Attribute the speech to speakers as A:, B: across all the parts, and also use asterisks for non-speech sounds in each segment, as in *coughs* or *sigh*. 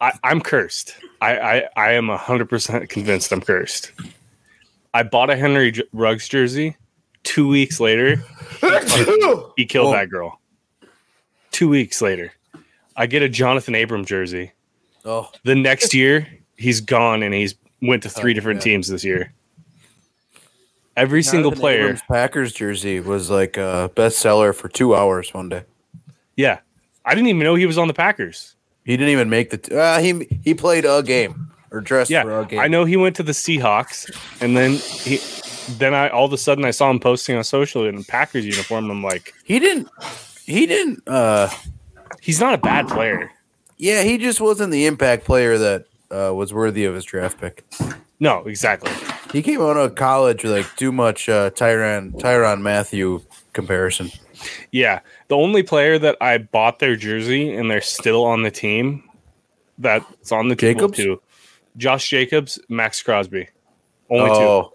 A: I, I'm cursed. I, I, I am 100% convinced I'm cursed. I bought a Henry J- Ruggs jersey. Two weeks later, he killed
B: Whoa.
A: that girl. Two weeks later, I get a Jonathan Abram jersey.
B: oh,
A: The next year, he's gone and he's went to three
B: Oh,
A: different
B: yeah.
A: teams this year. Every single
B: Jonathan
A: player.
B: Abrams Packers jersey was like a bestseller for two hours one day.
A: Yeah. I didn't even know he was on the Packers.
B: He didn't even make the. T- uh, he he played a game or dressed for
A: Yeah,
B: a game.
A: I know he went to the Seahawks, and then he, then I all of a sudden I saw him posting on social in a Packers uniform, and I'm like,
B: He didn't. He didn't. uh
A: he's not a bad player.
B: Yeah, he just wasn't the impact player that uh, was worthy of his draft pick.
A: No, exactly.
B: He came out of college with like too much uh, Tyron Tyron Matthew comparison.
A: Yeah, the only player that I bought their jersey and they're still on the team, that's on the table
B: Jacobs?
A: too. Josh Jacobs, Max Crosby, only two.
B: oh,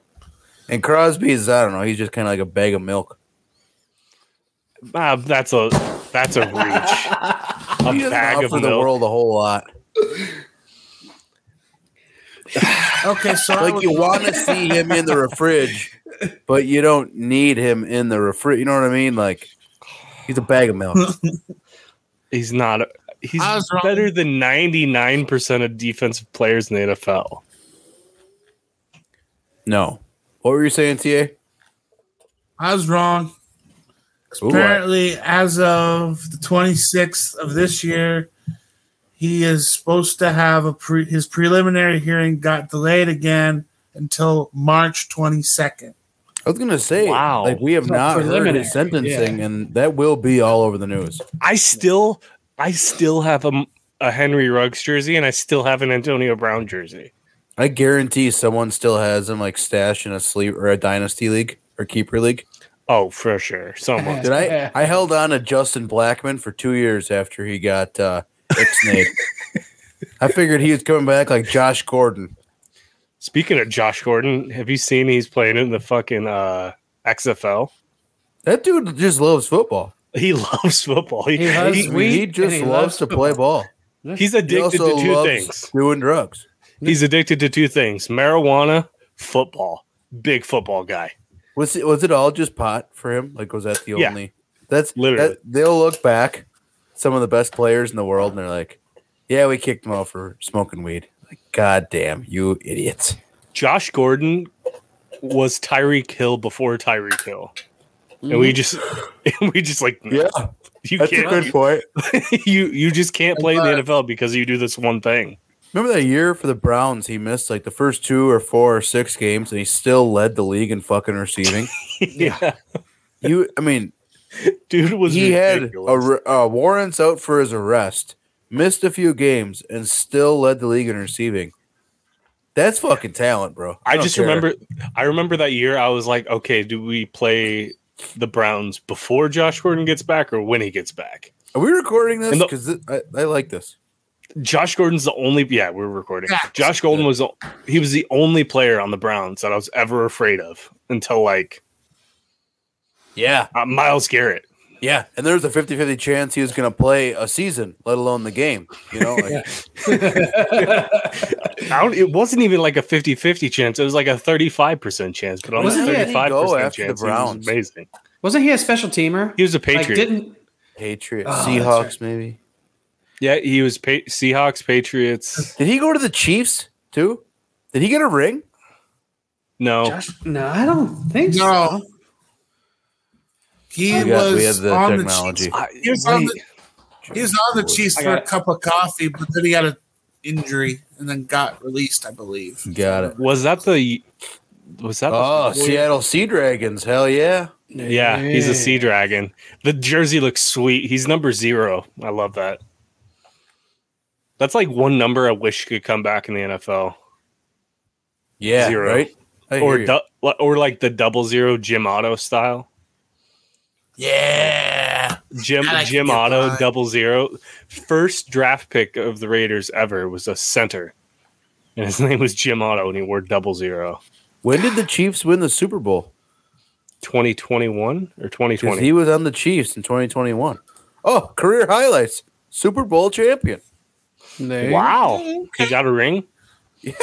B: and Crosby is I don't know. He's just kind of like a bag of milk.
A: Ah, that's a that's
B: *laughs*
A: a reach.
B: He
A: a
B: doesn't
A: bag
B: offer
A: of
B: the
A: milk.
B: world a whole lot.
C: *laughs* Okay, so I
B: Like
C: was-
B: you want to see him in the refrige, but you don't need him in the refrige. You know what I mean? Like he's a bag of
C: *laughs*
B: milk.
A: He's not. A, he's
C: I was wrong.
A: better than ninety nine percent of defensive players in the NFL.
B: No. What were you saying, TA?
C: I was wrong.
B: Ooh, I-
C: Apparently, as of the 26th of this year, he is supposed to have a pre- his preliminary hearing got delayed again until March 22nd.
B: I was gonna say,
A: Wow.
B: like we have not heard
D: preliminary,
B: his sentencing, and that will be all over the news.
A: I still, I still have a, a Henry Ruggs jersey, and I still have an Antonio Brown jersey.
B: I guarantee someone still has him like stashed in a sleep or a dynasty league or keeper league.
A: Oh, for sure, someone.
B: Did I? I held on to Justin Blackman for two years after he got uh,
A: *laughs*
B: ixnayed. I figured he was coming back like Josh Gordon.
A: Speaking of Josh Gordon, have you seen he's playing in the fucking uh, XFL?
B: That dude just loves football.
A: He *laughs* loves football. He,
D: He loves
A: he-
D: weed.
B: he just
D: and he
B: loves,
D: loves
B: to play ball.
A: he's
B: He
A: addicted
B: also
A: to two
B: loves
A: things.
B: doing drugs.
A: He's addicted to two things: marijuana, football. Big football guy.
B: Was it, was it all just pot for him? Like, was that the
A: Yeah.
B: only? That's
A: Literally.
B: that- they'll look back, some of the best players in the world, and they're like, "Yeah, we kicked him out for smoking weed." Like, God damn, you idiots!
A: Josh Gordon was Tyreek Hill before Tyreek Hill. And we just, and we just *laughs* like, yeah, you
B: Mm-hmm. that's a
A: can't,
B: good point.
A: you you just can't play in the NFL because you do this one thing. *laughs*
B: Remember that year for the Browns, he missed like the first two or four or six games, and he still led the league in
A: *laughs*
B: fucking receiving.
A: Yeah,
B: you, I mean,
A: dude was
B: he had a,
A: ridiculous.
B: re- uh, warrants out for his arrest, missed a few games, and still led the league in receiving. That's fucking talent, bro.
A: I
B: don't
A: just
B: care.
A: remember I remember that year I was like, okay, do we play the Browns before Josh Gordon gets back or when he gets back?
B: Are we recording this?
A: And the-
B: Because I, I like this.
A: Josh Gordon's the only yeah, we're recording.
C: Yeah.
A: Josh Gordon was the, he was the only player on the Browns that I was ever afraid of until like
B: Yeah.
A: uh, Miles Garrett.
B: Yeah. And there's a 50 50 chance he was going to play a season, let alone the game. You
A: *laughs*
B: know, like,
A: I don't, it wasn't even like a 50-50 chance. It was like a 35% chance, but on the
D: Wasn't he-
A: 35%
B: after the
A: chance, he
B: Browns?
A: was amazing.
D: Wasn't he a special teamer?
A: He was a Patriot.
D: Like, didn't
B: Patriots,
D: Oh, that's
B: Seahawks,
D: right.
B: maybe.
A: Yeah, he was pa- Seahawks, Patriots.
B: Did he go to the Chiefs too? Did he get a ring?
A: No,
D: Josh? No, I don't think so.
C: No. He
B: We got-
C: was
B: we have the
C: on
B: technology.
C: the Chiefs.
A: I-
C: He was on the,
A: wait,
C: he was on the Chiefs
D: I
C: for a
D: got-
C: cup of coffee, but then he had an injury and then got released, I believe.
B: Got it.
A: was that the was that
B: Oh,
A: the,
B: Seattle Sea Dragons. Hell yeah.
A: yeah, he's a sea dragon. The jersey looks sweet. He's number zero. I love that. That's like one number I wish could come back in the NFL,
B: Yeah.
A: Zero.
B: Right? I
A: or
B: hear you.
A: du- li- or like the double zero Jim Otto style.
C: Yeah.
A: Jim
C: I like
A: Jim
C: Jim
A: Otto
C: Otto.
A: double zero. First draft pick of the Raiders ever was a center, and his *laughs* name was Jim Otto, and he wore double zero.
B: when did the Chiefs win the Super Bowl?
A: 2021 or
B: Because
A: 2020.
B: he was on the Chiefs in 2021. Oh, career highlights. Super Bowl champion. There.
A: Wow. He got a ring?
B: Yeah.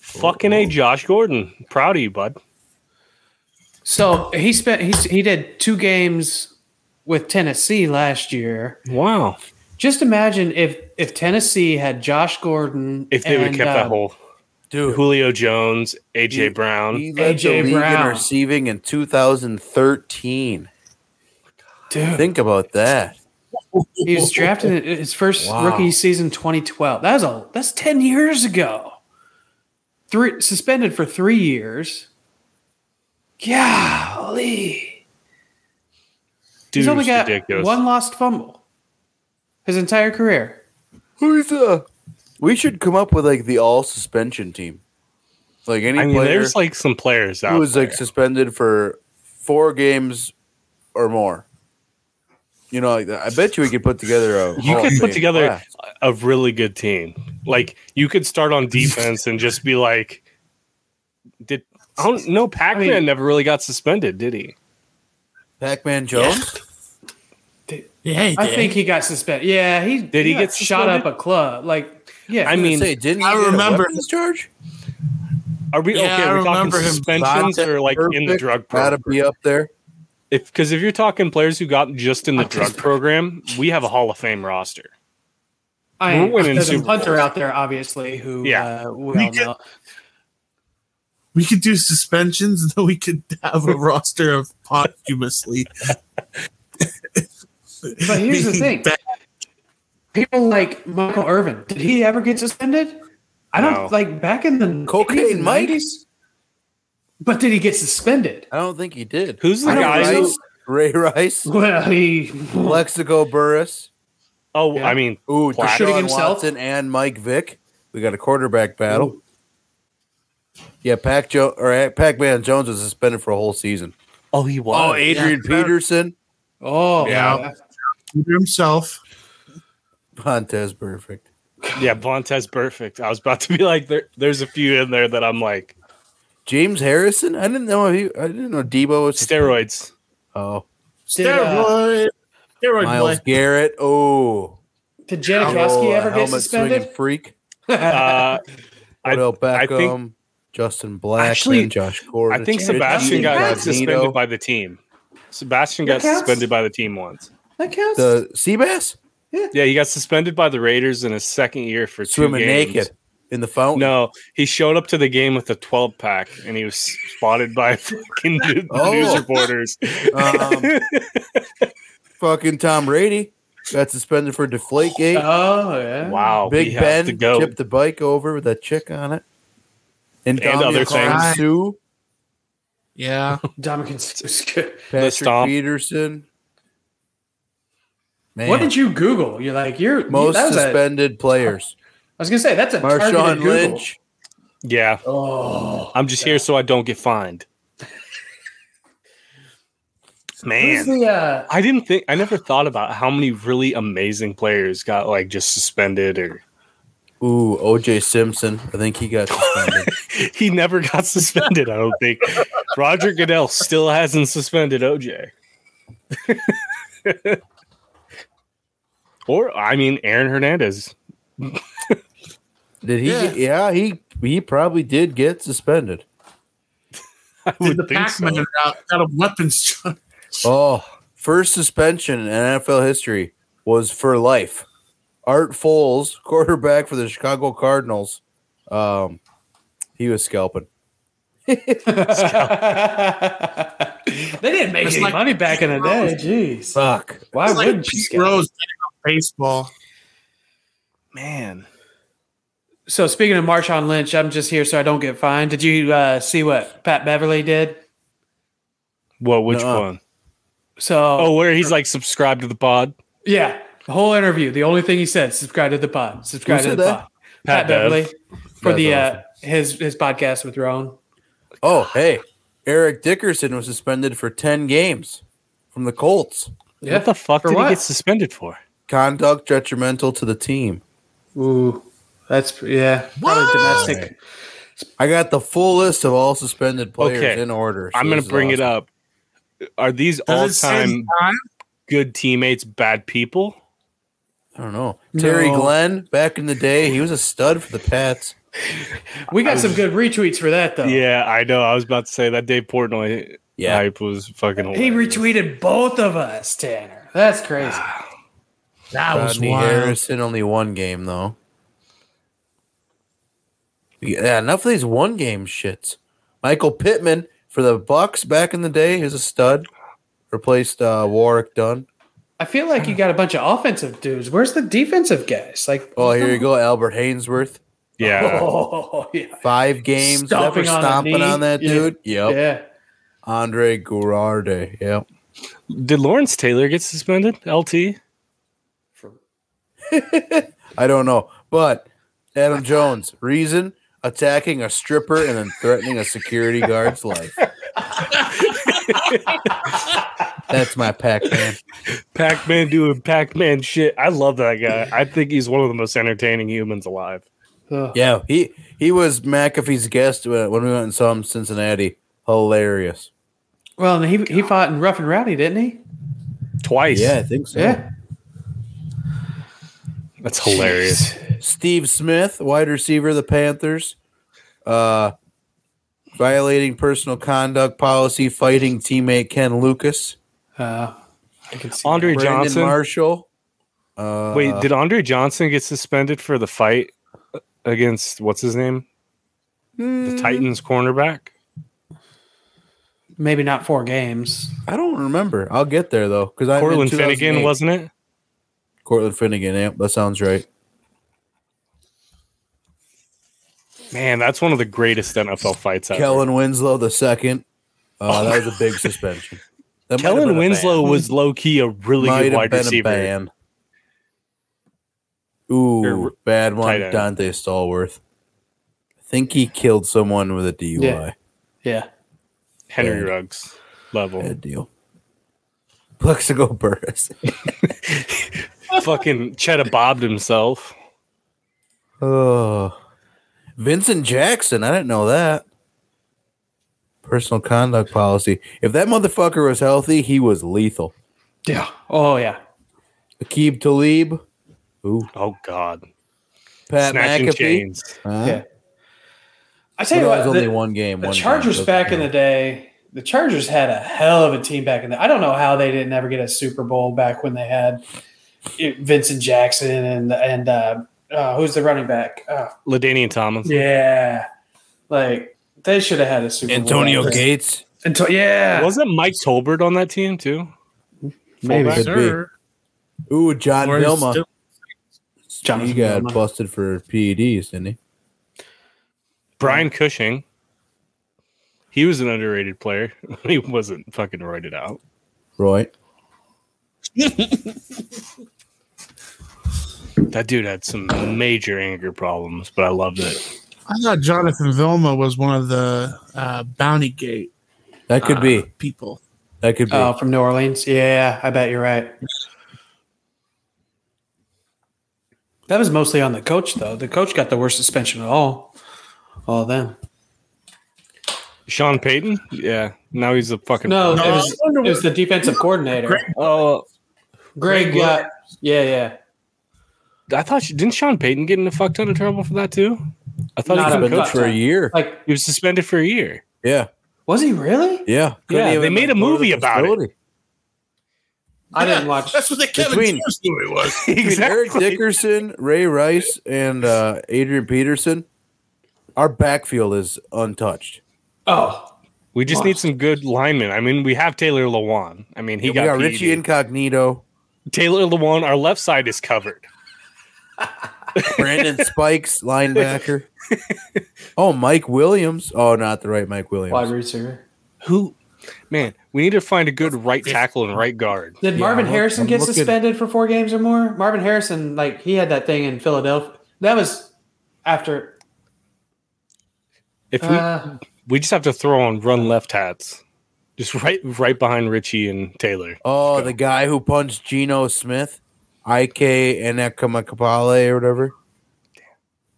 A: Fucking A, Josh Gordon. Proud of you, bud.
D: So he spent he he did two games with Tennessee last year.
A: Wow.
D: Just imagine if if Tennessee had Josh Gordon.
A: If they would have
D: and,
A: kept that
D: uh,
A: whole
B: Dude,
A: Julio Jones, AJ
B: He-
A: Brown.
B: he led
D: AJ
B: the league
D: Brown.
B: in receiving in 2013.
D: dude,
B: Think about that.
D: he
C: *laughs*
D: was drafted in his first
B: Wow.
D: rookie season, 2012. That was a that's 10 years ago. Three suspended for three years. Golly,
A: Dude,
D: he's only
A: it's
D: got
A: ridiculous.
D: one lost fumble his entire career.
B: Who's uh? We should come up with like the all suspension team. Like any
A: I mean,
B: player
A: there's like some players out
B: who was
A: there.
B: like suspended for four games or more. You know, like, I bet you we could put together a.
A: You
B: Hall
A: could
B: of
A: put
B: Fame
A: together
B: class.
A: a really good team. Like you could start
B: *laughs*
A: on defense and just be like, "Did I don't know? Pac-Man
D: I mean-
A: never really got suspended, did he?
B: Pac-Man Jones.
C: Yeah, he
D: I
C: did.
D: think he got suspended. Yeah, he
A: Did he
D: got
A: get
D: shot up
A: suspended?
D: a club? Like, yeah,
A: I
B: I mean,
A: mean,
B: say, didn't
C: I
B: I
C: remember-
B: remember this charge?
A: are we
C: Yeah,
A: okay?
C: I
A: Are we talking
C: remember him.
A: suspensions
B: Dante
A: or like in the
B: Perfect
A: drug
B: Gotta
A: program?
B: be up there.
A: If because if you're talking players who got just in the drug program, we have a Hall of Fame roster.
D: I
A: We're winning
D: there's a
A: Super
D: punter out there, obviously, who
A: Yeah.
D: uh, we
C: We
D: all
C: get-
D: know.
C: we could do suspensions, *laughs* and then we could have a roster of posthumously.
D: But
B: *laughs*
D: here's the thing: people like Michael Irvin. Did he ever get suspended? I don't
A: No.
D: like back in the
B: Cocaine
D: 80s and
B: Mike?
D: 90s. But did he get suspended?
B: I don't think he did.
A: Who's the
D: I don't
A: guy? Who,
D: know.
B: Rice,
A: *laughs*
B: Ray Rice,
D: Well, he
B: Plexico Burris.
A: oh,
D: Yeah.
A: I mean,
B: Ooh,
A: Platt.
D: Shooting
B: Deshaun
D: himself.
B: Watson and Mike Vick. We got a quarterback battle. Yeah, Pac jo- or Pac Man Jones was suspended for a whole season.
A: oh, he was.
B: Oh, Adrian
C: Yeah.
B: Peterson,
D: oh
C: Yeah. himself.
B: Montez perfect.
A: yeah, Vontez perfect. I was about to be like, there, there's a few in there that I'm like
B: James Harrison. I didn't know he. I didn't know Debo was. *laughs*
A: steroids.
B: oh,
D: Did, uh,
C: Steroid, steroid
B: Miles
C: boy.
B: Garrett. Oh,
D: did
B: Oh,
D: Janikowski
B: a
D: ever get
B: helmet swinging
D: suspended?
B: Freak.
A: Uh, I-
B: Odell
A: I
B: Beckham.
A: think-
B: Justin Black.
A: Actually,
B: and Josh Gordon.
A: I think
B: Richie
A: Sebastian got
B: Incognito.
A: suspended by the team. Sebastian got
D: That counts?
A: suspended by the team once.
D: That counts.
B: the Seabass
A: Yeah, he got suspended by the Raiders in his second year for two
B: swimming
A: games.
B: naked in the fountain.
A: No, he showed up to the game with a 12 pack and he was spotted by *laughs* fucking new-
B: *laughs* Oh.
A: news reporters.
B: Um, fucking Tom Brady got suspended for Deflategate.
D: oh yeah.
A: wow, we
B: Big
A: have
B: Ben
A: to go.
B: tipped the bike over with that chick on it.
A: And other
B: Dominic
C: things.
B: Sue,
C: Yeah,
D: Dominican Sue.
B: Patrick
A: stomp.
B: Peterson. Man,
D: What did you Google? You're like you're
B: most
D: that was a-
B: suspended players?
D: I was gonna say that's a targeted
B: Marshawn
D: Google.
B: Lynch.
A: Yeah,
D: Oh,
A: I'm just here so I don't get fined.
D: who's
A: Man,
D: the
A: *laughs*
D: uh,
A: I didn't think, I never thought about how many really amazing players got like just suspended or *laughs*
B: Ooh, OJ Simpson. I think he got
D: *laughs*
B: suspended.
A: he never got suspended. I don't think Roger Goodell still hasn't suspended OJ. *laughs* or I mean, Aaron Hernandez.
B: did he?
C: Yeah.
B: get- Yeah. he he probably did get suspended.
A: *laughs* I
C: did the
A: would think
C: Pac-Man
A: so.
C: got, got a weapons charge.
B: Oh, first suspension in NFL history was for life. Art Foles, quarterback for the Chicago Cardinals, um, he was scalping.
D: they didn't make
C: It's
D: any
C: like-
D: money back in the day. Jeez,
B: Fuck.
D: why
C: It's like
D: wouldn't you?
C: Pete
D: scale?
C: Rose betting on baseball.
A: Man,
D: So speaking of Marshawn Lynch, I'm just here so I don't get fined. Did you uh, see what Pat Beverly did?
A: well, which
B: Nuh-uh.
A: one?
D: So
A: Oh, where he's like subscribed to the pod.
D: yeah, the whole interview. The only thing he said: subscribe to the pod. Subscribe
B: Who
D: to the
B: said that?
D: pod. Pat,
A: Pat Bev.
D: Beverly for
B: That's
D: the uh, his his podcast with Roan.
B: Oh, hey. Eric Dickerson was suspended for 10 games from the Colts.
D: Yeah.
A: What the fuck
D: For
A: did
D: what?
A: he get suspended for?
B: Conduct detrimental to the team.
D: Ooh, that's yeah, probably domestic.
B: I got the full list of all suspended players
A: Okay.
B: in order. so
A: I'm gonna
B: this is
A: bring it
B: awesome.
A: up. Are these
C: Does it say
A: all-time
C: time?
A: good teammates bad people?
B: I don't know. Terry
D: No.
B: Glenn, back in the day, he was a stud for the Pats.
D: We got some good retweets for that though.
A: Yeah, I know. I was about to say that Dave Portnoy
B: Yeah.
A: hype was fucking.
D: He
A: hilarious.
D: retweeted both of us, Tanner. That's crazy.
C: That was
B: Rodney
C: wild.
B: Harrison, only one game, though. Yeah, enough of these one game shits. Michael Pittman for the Bucks back in the day, he was a stud. Replaced uh, Warwick Dunn.
D: I feel like you got a bunch of offensive dudes. Where's the defensive guys? Like,
B: Oh, here you go, Albert Hainsworth.
C: *laughs*
A: Yeah,
D: *laughs* oh, yeah,
B: Five games,
D: Stomping
B: never
D: on a
B: stomping
D: knee.
B: on that
D: Yeah.
B: dude. Yep.
D: yeah.
B: Andre Gurarde. Yep.
A: did Lawrence Taylor get suspended? LT.
B: I don't know. But Adam Jones, reason attacking a stripper and then threatening a security guard's life. That's my Pac Man.
A: Pac Man doing Pac Man shit. I love that guy. I think he's one of the most entertaining humans alive.
D: Ugh.
B: Yeah, he he was McAfee's guest when when we went and saw him in Cincinnati. Hilarious.
D: Well, and he he fought in Rough and Rowdy, didn't he?
A: Twice.
B: Yeah, I think so.
D: Yeah.
A: that's hilarious.
B: Steve Smith, wide receiver of the Panthers, uh, violating personal conduct policy, fighting teammate Ken Lucas,
D: Uh, I can see
A: Andre
B: Brandon
A: Johnson.
B: Marshall. Uh,
A: Wait, did Andre Johnson get suspended for the fight against what's his name?
C: Hmm.
A: The Titans cornerback.
D: that. maybe not four games.
B: I don't remember. I'll get there though, because I
A: Cortland Finnegan, wasn't it?
B: Cortland Finnegan. Yeah, that sounds right.
A: Man, that's one of the greatest NFL fights ever.
B: Kellen Winslow the second. Uh, that was a
A: *laughs*
B: big suspension. That might have been
A: Oh. Kellen
B: a
A: Winslow was low key a really
B: Might
A: good
B: have
A: wide
B: been a
A: receiver.
B: ban. Ooh,
A: Or
B: bad one,
A: tight end.
B: Dante Stallworth. I think he killed someone with a DUI.
D: Yeah. Yeah.
A: Henry
B: Yeah.
A: Ruggs level.
B: Bad deal. Plexico Burris.
A: *laughs* Fucking Cheddar bobbed himself.
B: oh. Vincent Jackson. I didn't know that. Personal conduct policy. If that motherfucker was healthy, he was lethal.
D: Yeah. Oh yeah.
B: Akib Talib. Ooh,
A: Oh God,
B: Pat
A: snatching
B: McAfee.
A: chains.
B: Huh?
D: Yeah. I
B: But
D: tell
B: that
D: you
B: was
D: what,
B: only
D: the,
B: one game.
D: the
B: one game.
D: Chargers
B: Doesn't
D: back in
B: matter.
D: the day, the Chargers had a hell of a team back in the. I don't know how they didn't ever get a Super Bowl back when they had it- Vincent Jackson and and uh, uh, who's the running back? Uh,
A: Ladainian Thomas.
D: yeah, like they should have had a Super
B: Antonio
D: Bowl.
B: Gates.
D: Anto- yeah,
A: Wasn't Mike Tolbert on that team too?
B: Mm.
D: maybe
A: fullback?
C: Sir,
B: Ooh, John
C: or
B: Vilma.
C: still-
B: he
D: Jonathan
B: got
D: Vilma.
B: busted for PEDs, didn't he?
A: Brian Cushing. He was an underrated player. *laughs* he wasn't fucking roided out.
B: Roy.
A: That dude had some major anger problems, but I loved it.
C: I thought Jonathan Vilma was one of the uh, Bounty Gate
B: That could
C: uh,
B: be.
C: people.
B: That could be.
D: Oh, from New Orleans. Yeah, I bet you're right. That was mostly on the coach, though. The coach got the worst suspension of all. All of them.
A: Sean Payton? Yeah. Now he's a fucking
D: No,
C: No,
D: it, was,
C: I wonder
D: it was the defensive coordinator. Greg,
C: Greg-
A: Oh,
D: got. Yeah, yeah.
A: I thought didn't Sean Payton get in a fuck ton of trouble for that too? I thought
D: Not
A: he
D: a
A: couldn't
B: been
A: coach
B: coached
D: cut.
B: for a year.
D: Like,
A: He was suspended for a year.
B: yeah.
D: was he really?
B: Yeah.
A: Yeah, they
B: even
A: made a
B: go to the
A: movie about it. *laughs*
B: facility.
D: I didn't watch.
C: That's what the Kevin
B: Between-
C: James story was.
B: Between Eric Dickerson, Ray Rice, and uh, Adrian Peterson, our backfield is untouched.
D: Oh,
A: We just need some good linemen. I mean, we have Taylor Lewan. I mean, he
B: we
A: got, E
B: got, Richie
A: PED.
B: Incognito,
A: Taylor Lewan. Our left side is covered.
B: Brandon Spikes, linebacker. Oh, Mike Williams. Oh, not the right Mike Williams.
D: wide receiver.
A: Who? Man, we need to find a good right tackle and right guard.
D: Did
B: Yeah,
D: Marvin
B: I'm look-
D: Harrison
B: I'm
D: get
B: looking-
D: suspended for four games or more? Marvin Harrison, like, he had that thing in Philadelphia. That was after.
A: If we
D: Uh,
A: we just have to throw on run left hats, just right right behind Richie and Taylor.
B: Oh, the guy who punched Geno Smith, IK and Ekamakapale E or whatever.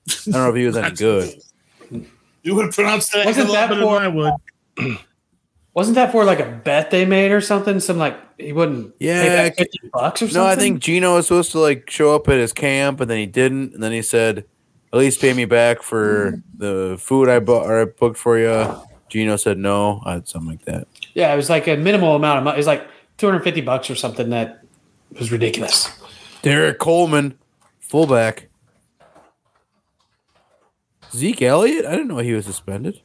B: I don't know if he was any good.
C: *laughs* You would have pronounced that
D: Wasn't
C: a lot
D: that
C: better
D: for-
C: than I would.
D: Wasn't that for like a bet they made or something? Some like he wouldn't pay
B: Yeah,
D: back fifty bucks or something.
B: No, I think Gino was supposed to like show up at his camp, and then he didn't, and then he said, "At least pay me back for
D: Mm.
B: the food I bought or I booked for you." Gino said no, I had something like that.
D: yeah, it was like a minimal amount of money. It was like two hundred fifty bucks or something. That was ridiculous.
B: Derek Coleman, fullback. Zeke Elliott, I didn't know he was suspended.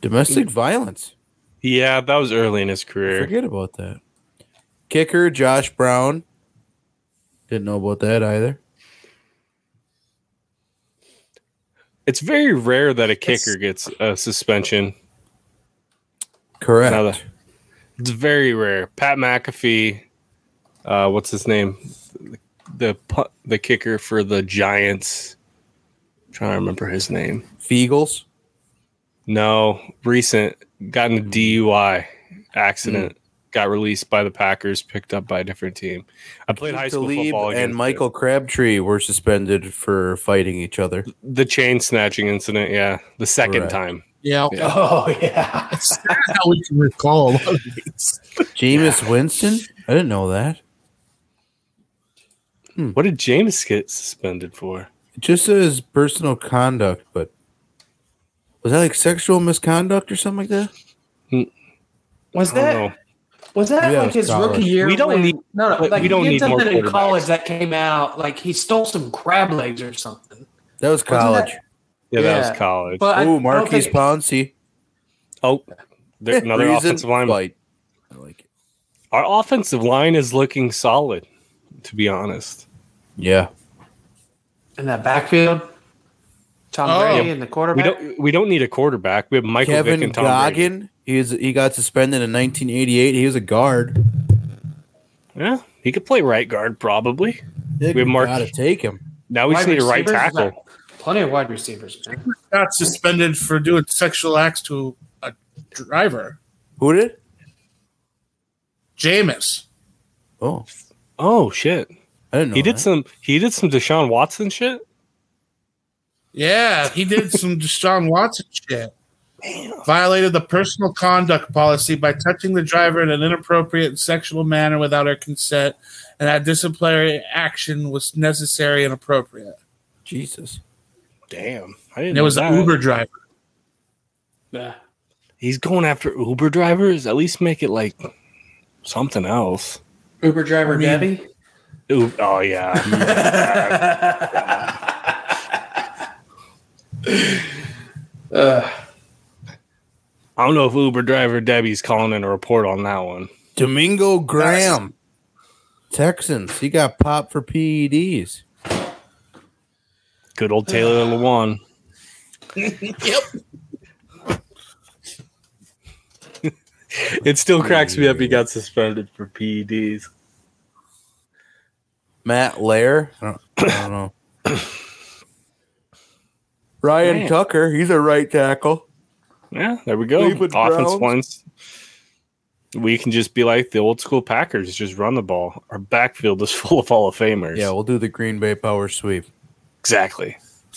B: Domestic violence.
A: Yeah, that was early in his career.
B: Forget about that. Kicker Josh Brown. Didn't know about that either.
A: It's very rare that a kicker gets a suspension.
B: Correct.
A: Now that- It's very rare. Pat McAfee, uh, what's his name? The pu- the kicker for the Giants. trying to remember his name.
B: Feagles.
A: No, recent got in a DUI
B: Hmm.
A: accident. Got released by the Packers, picked up by a different team. I played high school
B: Talib
A: football against
B: and
A: it.
B: Michael Crabtree were suspended for fighting each other.
A: The chain snatching incident, yeah, the second
B: Correct.
A: time.
C: Yeah.
D: *laughs* Oh yeah,
C: It's sad how we can recall a lot of these.
B: Jameis Winston? I didn't know that.
A: What did James get suspended for?
B: It just says personal conduct, but was that like sexual misconduct or something like that?
D: was
A: I don't
D: that
A: know.
D: was that
B: Yeah,
D: like his
B: college.
D: rookie year?
A: We don't
D: when-
A: need-
D: no, no.
A: we
D: Like
A: don't
D: he
A: need
D: did
A: more
D: something in
A: quarterbacks.
D: college that came out like he stole some crab legs or something.
B: That was college.
A: Yeah, that
D: Yeah.
A: was college.
D: But I
B: Oh,
D: don't
B: Marquise
D: think-
B: Pouncey.
A: oh, there,
B: *laughs*
A: another
B: Reason,
A: offensive lineman.
B: fight. I like it.
A: Our offensive line is looking solid, to be honest.
B: Yeah.
D: in that backfield. Tom
C: Oh.
D: Brady and the
A: We
D: quarterback.
A: don't we don't need a quarterback. We have Michael Vick
B: Kevin
A: and Tom Brady.
B: Goggin. He was he got suspended in 1988. He was a guard.
A: Yeah, he could play right guard probably.
B: They
A: We have Mark-
B: gotta take him.
A: Now we just
D: Wide
A: need a right
D: receivers, we've
A: tackle.
D: got Plenty of wide receivers. man.
C: Got suspended for doing sexual acts to a driver.
B: Who did?
C: Jameis.
B: Oh,
A: Oh shit.
B: I didn't know.
A: He did
B: that.
A: some he did some Deshaun Watson shit.
C: Yeah, he did some *laughs* Deshaun Watson shit. Violated the personal conduct policy by touching the driver in an inappropriate and sexual manner without her consent, and that disciplinary action was necessary and appropriate.
B: Jesus.
A: Damn. I didn't
C: And it was
A: know
C: an
A: that.
C: Uber driver.
D: Yeah.
A: He's going after Uber drivers. At least make it like something else.
D: Uber driver
C: I mean-
D: Debbie.
A: Ooh, oh yeah. I don't know if Uber driver Debbie's calling in a report on that one.
B: Domingo Graham. Texans. He got popped for E PEDs.
A: Good old Taylor Lewan. yep. *laughs* it still cracks me up. He got suspended for E PEDs.
B: Matt Lair. I don't, I don't know. *coughs* Ryan
A: Man.
B: Tucker. He's a right tackle.
A: Yeah, there we go.
B: Cleveland
A: Offense
B: Browns.
A: points. We can just be like the old school Packers, just run the ball. Our backfield is *laughs* full of Hall of Famers.
B: Yeah, we'll do the Green Bay power sweep.
A: exactly.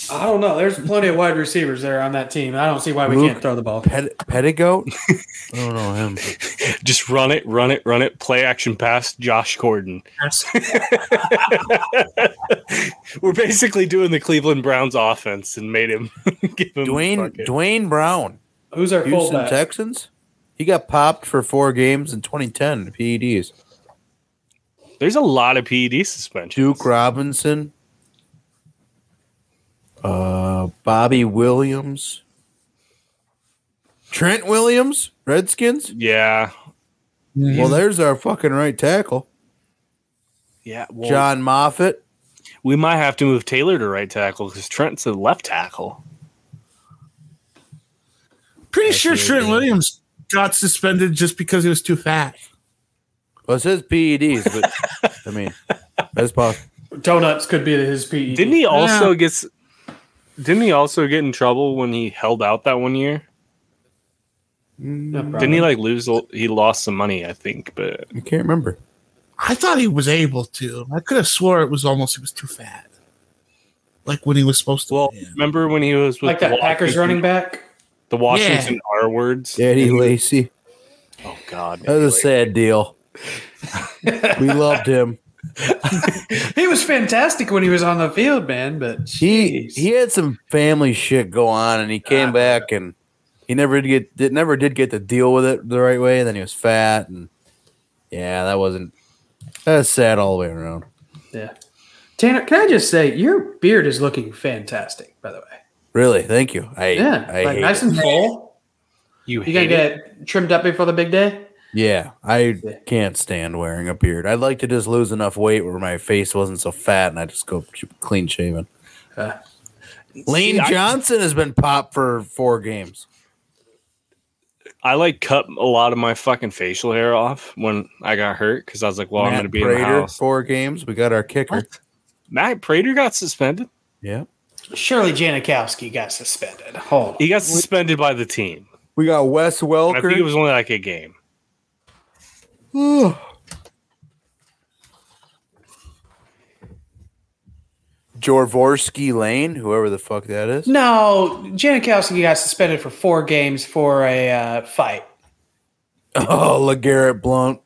D: I don't know. There's plenty of wide receivers there on that team. I don't see why we
B: Luke-
D: can't throw the ball.
B: Pet, *laughs* Pettigoat. I don't know him.
A: Just run it, run it, run it. Play action pass, Josh Gordon. We're basically doing the Cleveland Browns offense and made him *laughs* give him
B: Dwayne
A: fucking-
B: Dwayne Brown.
D: Who's our
B: Houston
D: fullback?
B: Texans. He got popped for four games in 2010 PEDs.
A: There's a lot of E PED suspensions.
B: Duke Robinson. Uh, Bobby Williams. Trent Williams, Redskins.
A: Yeah.
B: Well, there's our fucking right tackle.
A: Yeah. Well,
B: John Moffitt.
A: we might have to move Taylor to right tackle because Trent's a left tackle.
C: *laughs* Pretty sure Trent Williams got suspended just because he was too fat.
B: Well, it says PEDs, but I mean, that's possible.
D: Donuts could be his E. PE.
A: Didn't he also get? s- Didn't he also get in trouble when he held out that one year?
B: Mm,
D: No problem.
A: Didn't he like lose? a- He lost some money, I think. But
B: I can't remember.
C: I thought he was able to. I could have swore it was almost he was too fat. Like when he was supposed to.
A: well, remember when he was with
D: like that Packers running back?
A: The Washington R words.
B: Eddie Lacy.
A: Oh God,
B: That was a sad deal. we loved him.
D: He was fantastic when he was on the field, man. But
B: He
D: jeez. Ah.
B: he had some family shit go on, and he came back, and he never did get did, never did get to deal with it the right way. And then he was fat, and yeah, that wasn't that's sad all the way around.
D: yeah. Tanner, can I just say your beard is looking fantastic, by the way.
B: Really, thank you. I
D: Yeah,
B: I
D: like
B: hate
D: nice
B: it.
D: and full.
A: you
D: You gotta
A: hate
D: get
A: it?
D: it trimmed up before the big day.
B: yeah. I can't stand wearing a beard. I'd like to just lose enough weight where my face wasn't so fat, and I just go ch- clean shaven.
D: Uh,
B: Lane
A: See, I-
B: Johnson has been popped for four games.
A: I like cut a lot of my fucking facial hair off when I got hurt because I was like, well, Oh, I'm
B: Matt
A: going to be in the
B: Prater,
A: house.
B: four games. We got our kicker.
A: Matt Prater got suspended.
B: Yeah.
D: Shirley Janikowski got suspended. Hold
A: He got suspended by the team.
B: We got Wes
A: I think it
B: Welker.
A: was only like a game.
B: Jorvorsky Lane, whoever the fuck that is.
D: *laughs* No, Janikowski got suspended for four games for a uh, fight.
B: Oh, LeGarrette Blount,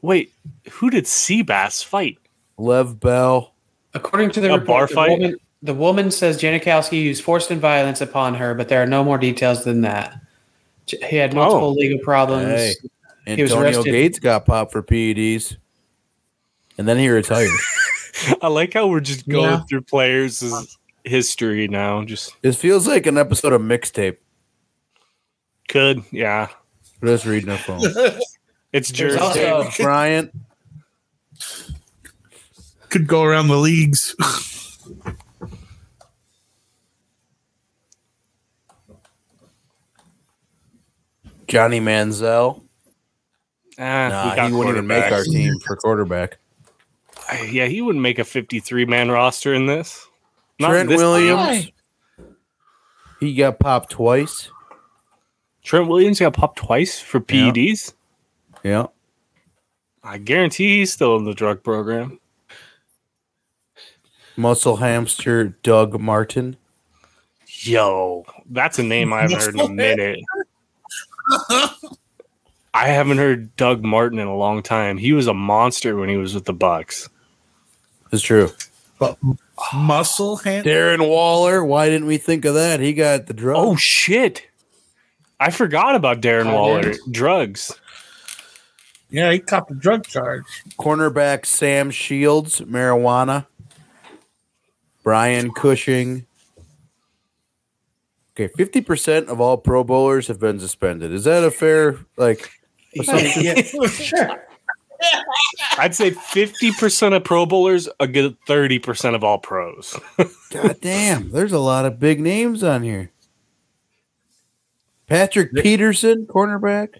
A: Wait, who did Seabass fight? *laughs*
B: Lev Bell.
D: According to the
A: A
D: report,
A: bar
D: the,
A: fight?
D: Woman, the woman says Janikowski used force and violence upon her, but there are no more details than that. J- He had multiple
A: Oh.
D: legal problems.
B: Hey.
D: He was
B: Antonio
D: arrested.
B: Gates got popped for PEDs. And then he retired.
A: I like how we're just going
C: Yeah.
A: through players' history now. Just
B: this feels like an episode of mixtape.
A: could, yeah.
B: We're just reading a
D: *laughs*
B: phone.
D: Oh.
A: It's
D: There's
A: Jersey.
D: also
B: Bryant.
C: Could go around
A: *sighs*
C: the leagues. *sighs*
B: Johnny Manziel.
A: Ah, we
B: Nah,
A: got
B: he wouldn't even make our
A: quarterbacks.
B: team for quarterback.
A: I- Yeah, he wouldn't make a 53 man roster in this. Not in
B: Trent
A: this
B: Williams. He got popped twice.
A: Trent Williams got popped twice for E
B: Yeah.
A: PEDs.
B: Yeah.
A: I guarantee he's still in the drug program.
B: Muscle hamster Doug Martin.
A: Yo, that's a name I haven't heard in a minute. I haven't heard Doug Martin in a long time. He was a monster when he was with the Bucks.
B: It's true.
C: But muscle hand.
B: Darren Waller. Why didn't we think of that? He got the drug.
A: Oh shit. I forgot about Darren
D: I
A: Waller.
D: did.
A: Drugs.
C: Yeah, he copped a drug *laughs* charge.
B: cornerback Sam Shields, marijuana. Brian Cushing. Okay, fifty percent of all Pro Bowlers have been suspended. Is that a fair like? assumption?
C: *laughs*
D: sure.
A: I'd say 50% of Pro Bowlers, a good 30% of all pros.
B: God damn, there's a lot of big names on here. Patrick Peterson, cornerback.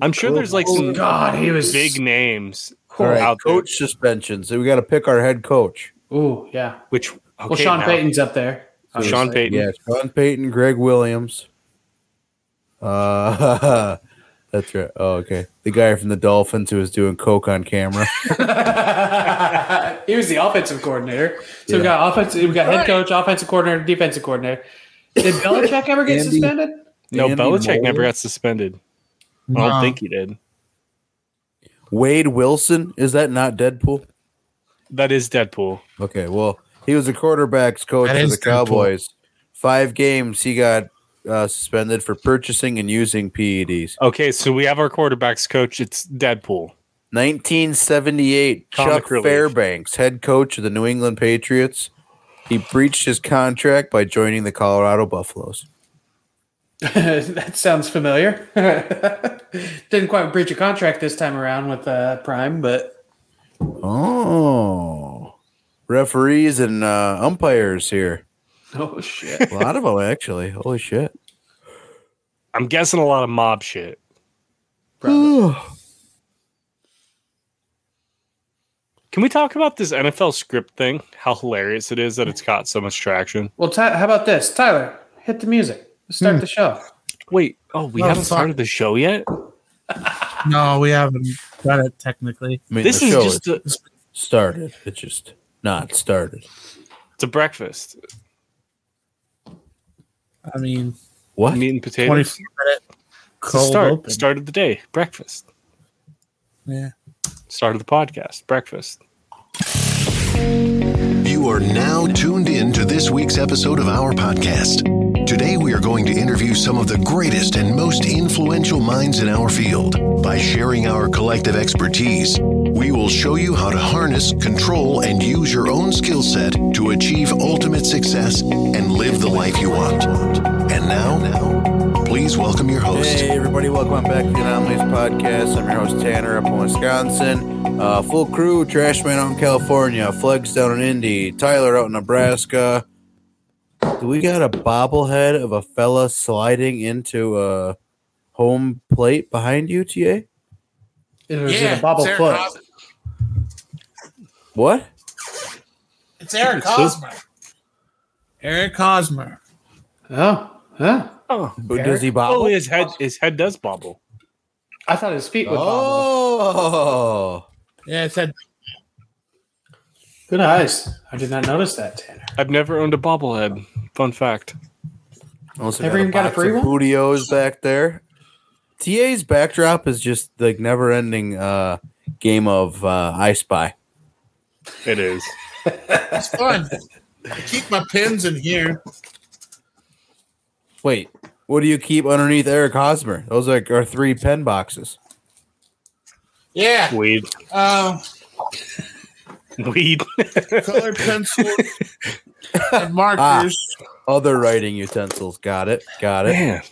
A: I'm sure there's like
D: Oh
A: some
D: God, he was
A: big names
B: All right,
A: out there.
B: coach suspension. So we got to pick our head coach.
D: Ooh, yeah.
A: Which okay,
D: well, Sean
A: now.
D: Payton's up there.
A: Sean Payton.
B: Yeah, Sean Payton, Greg Williams. Uh, *laughs* that's right. Oh, okay. The guy from the Dolphins who was doing coke on camera.
D: *laughs* he was the offensive coordinator.
B: Yeah.
D: So we got offensive, we got head coach, offensive coordinator, defensive coordinator. Did Belichick ever get
B: Andy-
D: suspended?
A: *laughs*
D: *laughs*
A: No,
B: Andy
A: Belichick
B: Moeller.
A: never got suspended. I don't
C: No.
A: think he did.
B: Wade Wilson. Is that not Deadpool?
A: That is Deadpool.
B: Okay. Well, he was a quarterback's coach
C: That
B: for
C: is
B: the
C: Deadpool.
B: Cowboys. Five games he got uh, suspended for purchasing and using E PEDs.
A: Okay, so we have our quarterbacks coach. It's Deadpool.
B: 1978,
A: Comic
B: Chuck
A: relief.
B: Fairbanks, head coach of the New England Patriots. He breached his contract by joining the Colorado Buffaloes.
D: that sounds familiar. *laughs* Didn't quite breach a contract this time around with uh, Prime, but *laughs*
B: Oh, referees and uh, umpires here.
D: oh shit.
B: A lot of them, actually. Holy shit.
A: I'm guessing a lot of mob shit. Can we talk about this NFL script thing? How hilarious it is that it's got so much traction.
D: well, Ty- how about this, Tyler? Hit the music. Let's start
B: Hmm.
D: the show.
A: Wait, oh, we
C: Oh,
A: haven't
C: fuck.
A: started the show yet.
C: No, we haven't done it technically.
B: I mean,
A: This
B: the
A: is
B: show
A: just
B: is
A: a,
B: started. It's just not started.
A: it's a breakfast.
C: I mean,
B: What?
A: Meat and potatoes.
C: 24 minute
A: It's the
C: cold
A: start.
C: open.
A: Start of the day. Breakfast.
C: Yeah.
A: Start of the podcast. Breakfast.
E: You are now tuned in to this week's episode of our podcast. Today, we are going to interview some of the greatest and most influential minds in our field. By sharing our collective expertise, we will show you how to harness, control, and use your own skill set to achieve ultimate success and live the life you want. And now, please welcome your host.
B: Hey, everybody, welcome back to the Anomalies Podcast. I'm your host, Tanner, up in Wisconsin. Uh, full crew, Trashman out in California, Flegs down in Indy, Tyler out in Nebraska. Do we got a bobblehead of a fella sliding into a home plate behind you, TA?
D: It was in a bobble
C: Eric
D: foot.
C: Cos-
B: What?
C: it's Eric
A: It's who?
C: Cosmer. Eric Cosmer.
D: Oh, huh.
A: Oh,
B: But Does he
A: oh,
B: bobble?
A: his head. His head does bobble.
D: I thought his feet would bobble.
B: Oh,
C: Yeah, it said
D: Good eyes. I did not notice that, Tanner.
A: I've never owned a bobblehead. Fun fact.
B: Also
D: Ever even got a
B: box
D: free
B: of
D: one?
B: Bootios back there. TA's backdrop is just like never-ending uh, game of uh, I Spy.
A: It is.
C: it's fun. I keep my pins in here.
B: Wait, what do you keep underneath Eric Hosmer? Those are our three pen boxes.
C: Yeah.
A: Weed.
C: Um,
A: Weed.
C: colored pencils and markers.
A: Ah,
B: Other writing utensils. Got it. Got
A: *laughs*
B: it.
A: Man.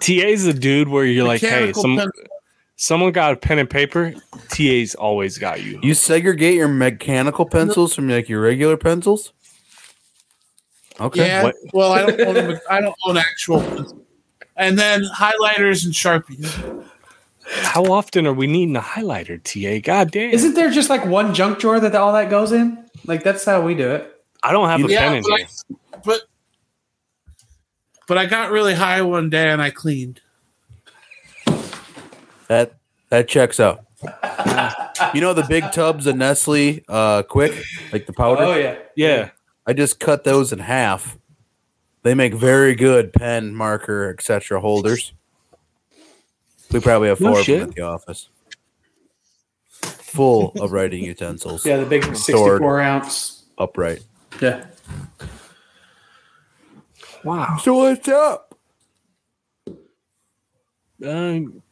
A: TA's a dude where you're like, hey,
C: mechanical
A: some,
C: pencil.
A: someone got a pen and paper. TA's always got you.
B: You segregate your mechanical pencils from like your regular pencils. Okay.
C: Yeah.
A: What?
C: Well, I don't own them, I don't own actual pencils. And then highlighters and sharpies.
A: How often are we needing a highlighter, TA? God damn.
D: Isn't there just like one junk drawer that all that goes in? Like that's how we do it.
A: I don't have a
C: Yeah,
A: pen in
C: but,
A: here.
C: I, but but I got really high one day and I cleaned.
B: That that checks out. you know the big tubs of Nestle uh, Quick, like the powder.
D: Oh yeah.
A: Yeah.
B: I just cut those in half. They make very good pen, marker, etc. holders. We probably have
A: No
B: four of
A: shit.
B: them at the office. Full of writing *laughs* utensils.
D: Yeah, the big
B: Stored.
D: 64 ounce.
B: Upright.
D: Yeah.
A: Wow.
B: So what's up?
A: Um,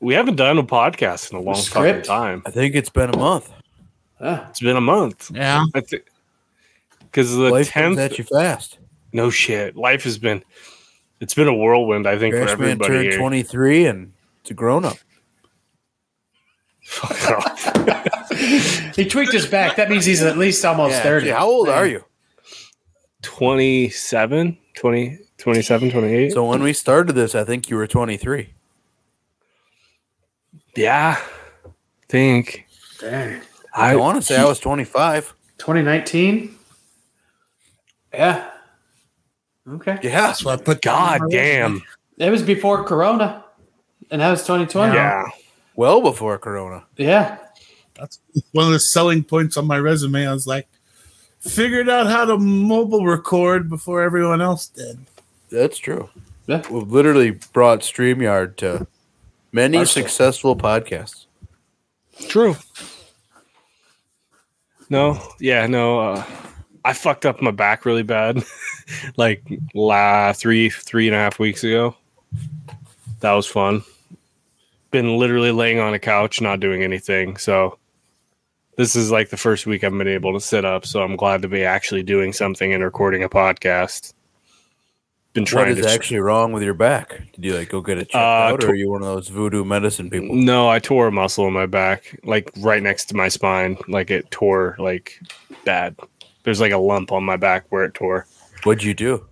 A: we haven't done a podcast in a long fucking
D: Script?
A: time.
B: I think it's been a month.
D: Ah,
A: It's been a month.
C: Yeah.
A: Because the
B: Life comes
A: 10th.
B: at you fast.
A: No shit. Life has been. It's been a whirlwind, I think, for
B: Crashman
A: everybody
B: turned
A: here.
B: 23 and it's a grown up.
A: Fuck off.
D: he tweaked his back. That means he's at least almost 30.
B: How old are you?
A: 27, 20, 27, 28.
B: So when we started this, I think you were 23.
A: yeah. Think.
D: Dang.
B: I
A: I
B: want to say I was 25.
D: 2019? Yeah. Okay.
B: Yeah.
C: That's what I put
A: God damn.
D: It was before Corona, and that was 2020.
A: Yeah.
B: Well before Corona.
D: Yeah.
C: That's one of the selling points on my resume. I was like, figured out how to mobile record before everyone else did.
B: That's true.
D: Yeah.
B: We've literally brought StreamYard to many
D: Partial.
B: successful podcasts.
A: True. No. Yeah. No. Uh, I fucked up my back really bad, *laughs* like la three three and a half weeks ago. That was fun. Been literally laying on a couch, not doing anything. So this is like the first week I've been able to sit up. So I'm glad to be actually doing something and recording a podcast. Been
B: What
A: trying
B: is
A: to.
B: actually wrong with your back? Did you like go get it checked
A: Uh,
B: out,
A: tw-
B: or are you one of those voodoo medicine people?
A: No, I tore a muscle in my back, like right next to my spine. Like it tore like bad. There's like a lump on my back where it tore.
B: What'd you do?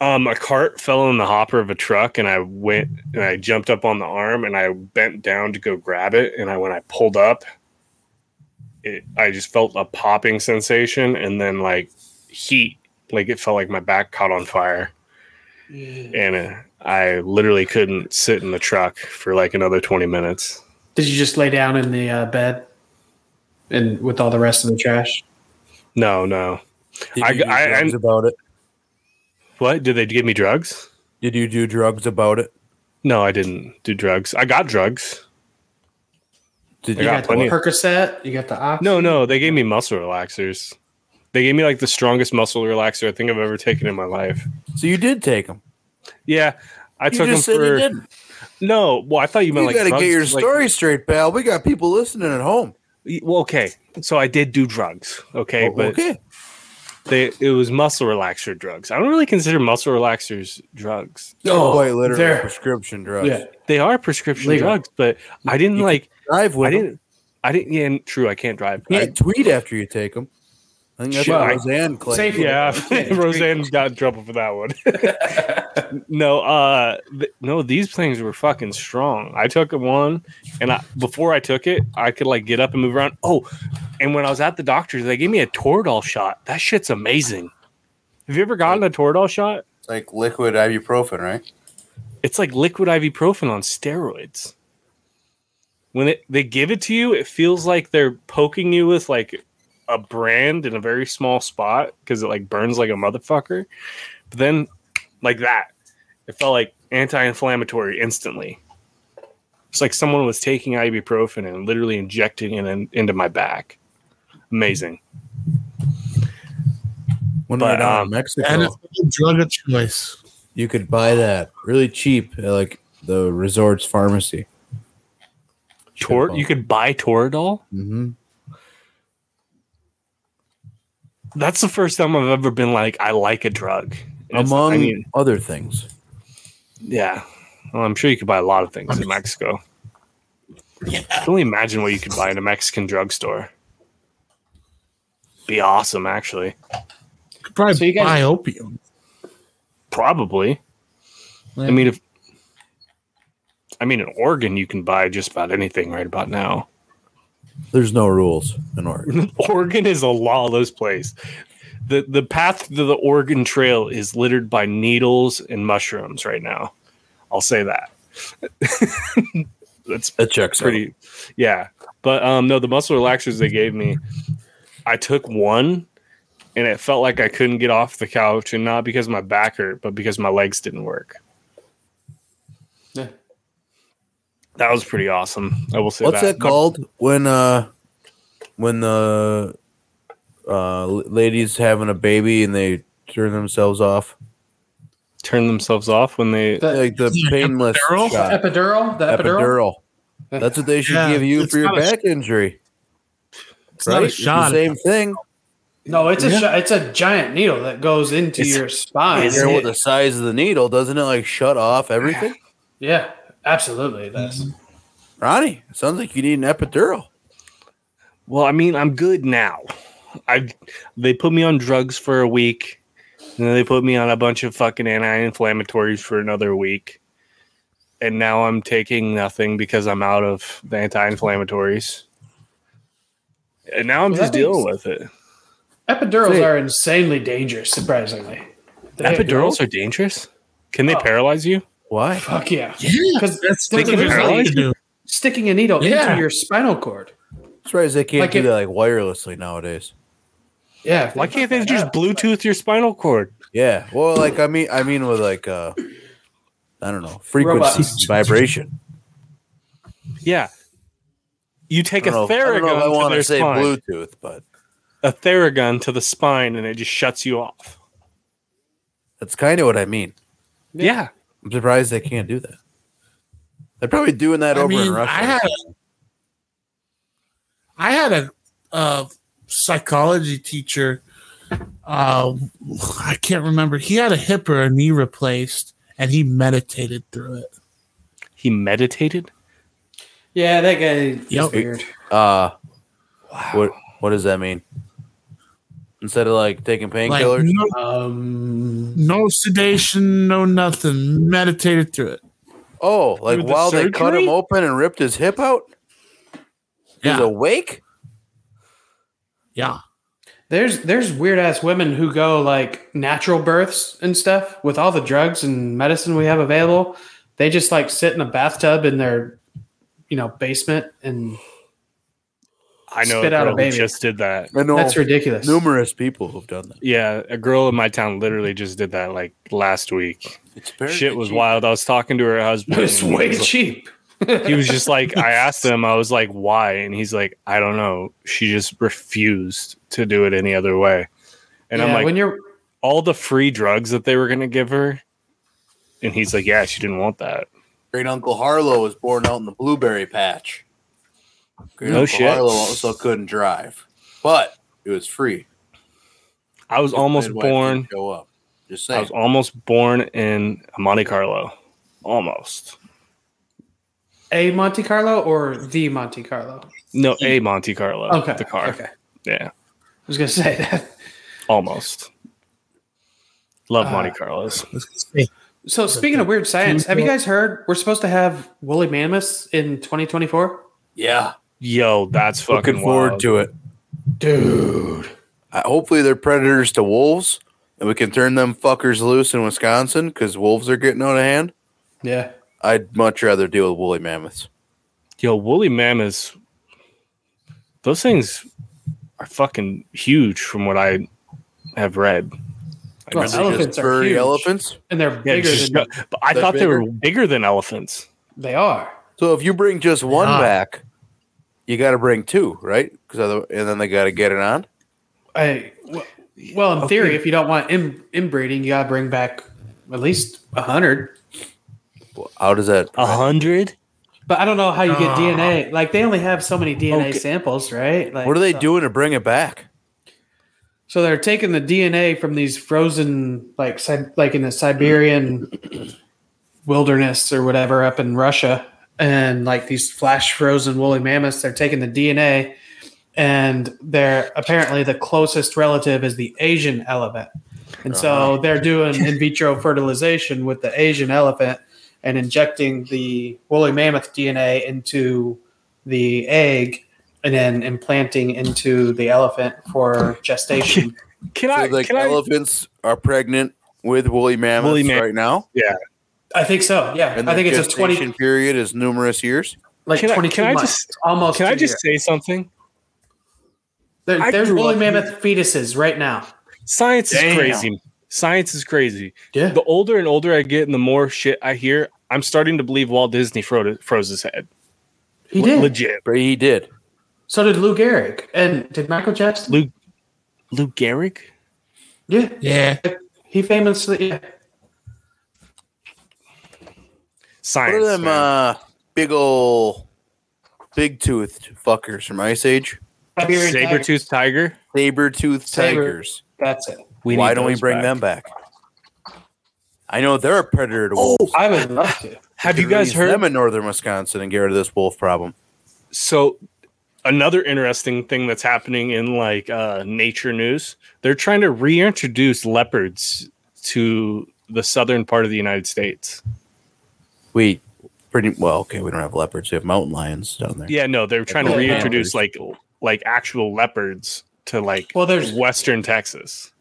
A: Um, a cart fell in the hopper of a truck, and I went and I jumped up on the arm and I bent down to go grab it. And I when I pulled up, it I just felt a popping sensation, and then like heat, like it felt like my back caught on fire, and uh, I literally couldn't sit in the truck for like another twenty minutes.
D: Did you just lay down in the uh, bed and with all the rest of the trash?
A: No, no,
B: Did
A: I-
B: you do
A: I-
B: drugs
A: I-
B: about it.
A: What did they give me? Drugs?
B: Did you do drugs about it?
A: No, I didn't do drugs. I got drugs.
B: Did
A: I
D: You
B: you?
A: got
D: got the
A: plenty of-
D: Percocet. You got the Oxy.
A: No, no, they gave me muscle relaxers. They gave me like the strongest muscle relaxer I think I've ever taken in my life.
B: So you did take them.
A: Yeah, I
B: You
A: took them
B: just said you
A: for
B: didn't.
A: no. Well, I thought you meant
B: You
A: like
B: got to
A: drugs,
B: get your
A: like-
B: story straight, pal. We got people listening at home.
A: well, okay, so I did do drugs. Okay,
B: Oh,
A: but
B: okay.
A: they it was muscle relaxer drugs. I don't really consider muscle relaxers drugs.
B: No, quite literally
D: Oh, there.
B: prescription drugs.
D: Yeah.
A: They are prescription
D: Legal.
A: drugs, but I didn't
B: You
A: like.
B: Drive with
A: I
B: 'em.
A: didn't. I didn't. Yeah, and true. I can't drive.
B: You
A: I-
B: can't tweet after you take them. I think that's
A: Shit,
B: what
A: I-
B: Roseanne claimed.
D: Safe-
A: yeah, *laughs*
D: Yeah.
A: Roseanne got in trouble for that one. no, uh, th- no, these things were fucking strong. I took one, and I, before I took it, I could like get up and move around. Oh, and when I was at the doctor's, they gave me a Toradol shot. That shit's amazing. Have you ever gotten a Toradol shot?
B: It's like liquid ibuprofen, right?
A: It's like liquid ibuprofen on steroids. When it, they give it to you, it feels like they're poking you with like a brand in a very small spot because it like burns like a motherfucker. But then, like that, it felt like anti-inflammatory instantly. It's like someone was taking ibuprofen and literally injecting it in, into my back. Amazing.
B: When
A: But,
B: we're down
A: um,
B: in Mexico,
C: And it's a drug of choice.
B: you could buy that really cheap at like the resort's pharmacy.
A: Tor- you could buy Toradol.
B: hmm
A: That's the first time I've ever been like, I like a drug. And it's-
B: Among
A: I mean,
B: other things.
A: yeah. Well, I'm sure you could buy a lot of things in Mexico. I can only imagine what you could buy in a Mexican drugstore. Be awesome, actually.
C: Could probably
D: So you guys-
C: buy opium.
A: Probably. I mean, if I mean, in Oregon, you can buy just about anything right about now. *laughs*
B: There's no rules in Oregon.
A: Oregon is a lawless place. the The path to the Oregon Trail is littered by needles and mushrooms right now. I'll say that. *laughs* That's
B: That checks out.
A: pretty yeah but um no the muscle relaxers they gave me i took one and it felt like i couldn't get off the couch and not because my back hurt but because my legs didn't work
D: Yeah.
A: that was pretty awesome i will say
B: What's
A: that,
B: that called when uh when the uh ladies having a baby and they turn themselves off?
A: turn themselves off when they
D: The
B: Like the
C: Yeah,
B: painless
C: epidural?
B: shot.
D: epidural. The
B: epidural.
D: epidural.
B: That's what they should
C: Yeah,
B: give you
C: it's
B: for your
C: not a-
B: back injury.
C: It's
B: Right?
C: not a
B: It's the
C: shot.
B: same thing.
D: No, it's a sh- it's a giant needle that goes into
A: It's-
D: your spine.
A: it's-
B: Here with the size of the needle, doesn't it like shut off everything?
D: yeah, absolutely. It does.
B: *sighs* Ronnie, it sounds like you need an epidural.
A: well i mean i'm good now i they put me on drugs for a week and then they put me on a bunch of fucking anti-inflammatories for another week and now i'm taking nothing because i'm out of the anti-inflammatories and now i'm
D: Well,
A: just
D: that
A: dealing
D: makes-
A: with it
D: Epidurals
B: See.
D: are insanely dangerous. Surprisingly, They-
A: epidurals are dangerous can they
D: Oh.
A: paralyze you
B: Why?
D: Fuck yeah!
C: Yeah,
D: Because
C: that's
D: *laughs* that's
C: thinking
A: literally-
C: paralyzed to do.
D: sticking a needle
C: Yeah.
D: into your spinal cord.
B: That's right. They can't
D: Like
B: do
D: if-
B: that like wirelessly nowadays.
D: Yeah. if
A: why
D: they-
A: can't they
D: *laughs*
A: just bluetooth your spinal cord
B: Yeah. Well, like I mean, I mean with like uh, I don't know, frequency
D: Robots.
C: *laughs*
B: vibration.
A: yeah you
B: I
A: take a
B: don't know, I don't know if I
A: theragun
B: want
A: to
B: to
A: their
B: say
A: spine
B: Bluetooth, but
A: a theragun to the spine and it just shuts you off
B: that's kind of what I mean.
D: Yeah.
A: yeah.
B: I'm surprised they can't do that. They're probably doing that
C: I
B: over
C: mean,
B: in Russia.
C: I had, a, I had a uh, psychology teacher. Uh, I can't remember. He had a hip or a knee replaced, and he meditated through it.
A: he meditated
D: Yeah, that guy.
C: Yep.
D: Yep. Weird.
B: Uh, what what does that mean? Instead of like taking
C: Like
B: painkillers,
C: no,
D: Um.
C: no sedation, no nothing. Meditated through it.
B: oh, like
A: Through the
B: while they cut
A: surgery?
B: him open and ripped his hip out, he's
C: Yeah,
B: awake.
C: yeah.
D: There's there's weird ass women who go like natural births and stuff with all the drugs and medicine we have available. They just like sit in a bathtub in their you know basement and
A: I know
D: Spit
A: a
D: out a
A: girl who
D: baby.
A: just did that.
B: I know
D: That's ridiculous.
B: numerous people who've done that.
A: Yeah, a girl in my town literally just did that like last week.
B: It's very
A: Shit was wild. I was talking to her husband.
D: *laughs* It's
A: and he
D: way
A: was like-
D: cheap.
A: he was just like, I asked him, I was like, why? And he's like, I don't know. She just refused to do it any other way. And I'm
D: Yeah,
A: like,
D: when you're
A: all the free drugs that they were going to give her. And he's like, yeah, she didn't want that.
B: Great Uncle Harlow was born out in the blueberry patch. Great
A: No
B: Uncle
A: shit.
B: Harlow also couldn't drive, but it was free.
A: I was almost
B: His wife didn't
A: born.
B: Show up. Just
A: I
B: saying.
A: was almost born in Monte Carlo. Almost.
D: a Monte Carlo or the Monte Carlo.
A: No, a Monte Carlo.
D: Okay.
A: The car.
D: Okay. I
A: Yeah.
D: was gonna *laughs* say that.
A: Almost. Love
D: Uh,
A: Monte Carlos.
D: So speaking of weird science, have you guys heard we're supposed to have woolly mammoths in 2024?
B: yeah,
A: Yo, that's fucking
B: looking forward
A: wild.
B: to it, dude. I, hopefully, they're predators to wolves, and we can turn them fuckers loose in Wisconsin because wolves are getting out of hand.
D: Yeah.
B: I'd much rather deal with woolly mammoths.
A: Yo, woolly mammoths. Those things are fucking huge, from what I have read. I
D: Well,
A: remember-
D: elephants are
B: Furry
D: huge.
B: elephants.
D: And they're
A: yeah,
D: bigger
A: just-
D: than
A: but I
B: they're
A: thought they were
B: bigger.
A: bigger than elephants.
D: they are.
B: So if you bring just one
D: Ah.
B: back, you got to bring two, right? Because and then they got to get it on.
D: I w- well, in theory, if you don't want in, inbreeding, you gotta bring back at least a hundred.
B: How does that?
D: Oh,
A: A hundred?
D: But I don't know how you get
C: Ah.
D: DNA. Like they only have so many DNA
A: Okay.
D: samples, right? Like,
B: What are they
D: so-
B: doing to bring it back?
D: So they're taking the DNA from these frozen, like Si- like in the Siberian wilderness or whatever up in Russia, and like these flash frozen woolly mammoths. They're taking the DNA, and they're apparently the closest relative is the Asian elephant, and so they're doing in vitro fertilization with the Asian elephant and injecting the woolly mammoth DNA into the egg. And then implanting into the elephant for gestation.
A: Can
B: So
A: I?
B: like
A: can I?
B: elephants are pregnant with woolly mammoths
A: Woolly mam-
B: right now,
D: I think so. Yeah, I
B: their
D: think it's a
B: gestation
D: twenty,
B: period is numerous years.
D: like
A: Can I-
D: twenty-two
A: can I
D: months,
A: just-
D: almost.
A: Can I
D: two
A: just
D: years.
A: say something?
D: There-
A: I
D: there's
A: grew
D: woolly
A: up-
D: mammoth fetuses right now.
A: Science is
D: Damn.
A: crazy. Science is crazy.
D: Yeah,
A: The older and older I get, and the more shit I hear, I'm starting to believe Walt Disney fro- froze his head.
D: he did.
A: Legit.
B: But he did.
D: So did Lou Gehrig, and did Michael Jackson?
A: Lou, Lou Gehrig.
D: Yeah,
C: Yeah.
D: he famously. Yeah.
A: Science.
B: What are them
A: man.
B: uh, big ol' big toothed fuckers from Ice Age?
D: Siberian
A: saber
D: tiger.
A: tooth tiger.
B: Saber toothed
D: Saber-
B: tigers.
D: That's it.
A: We
B: Why
A: need
B: don't we
A: those
B: bring
A: back.
B: them back? I know they're a predator to
A: Oh,
B: wolves.
D: I would love to.
A: Have you
B: Could
A: guys
B: raise
A: heard?
B: them in northern Wisconsin and get rid of this wolf problem?
A: so another interesting thing that's happening in like uh, nature news they're trying to reintroduce leopards to the southern part of the united states
B: We pretty well okay. We don't have leopards. We have mountain lions down there.
A: yeah no they're trying to
D: Yeah.
A: reintroduce like like actual leopards to like
D: Well, there's-
A: western texas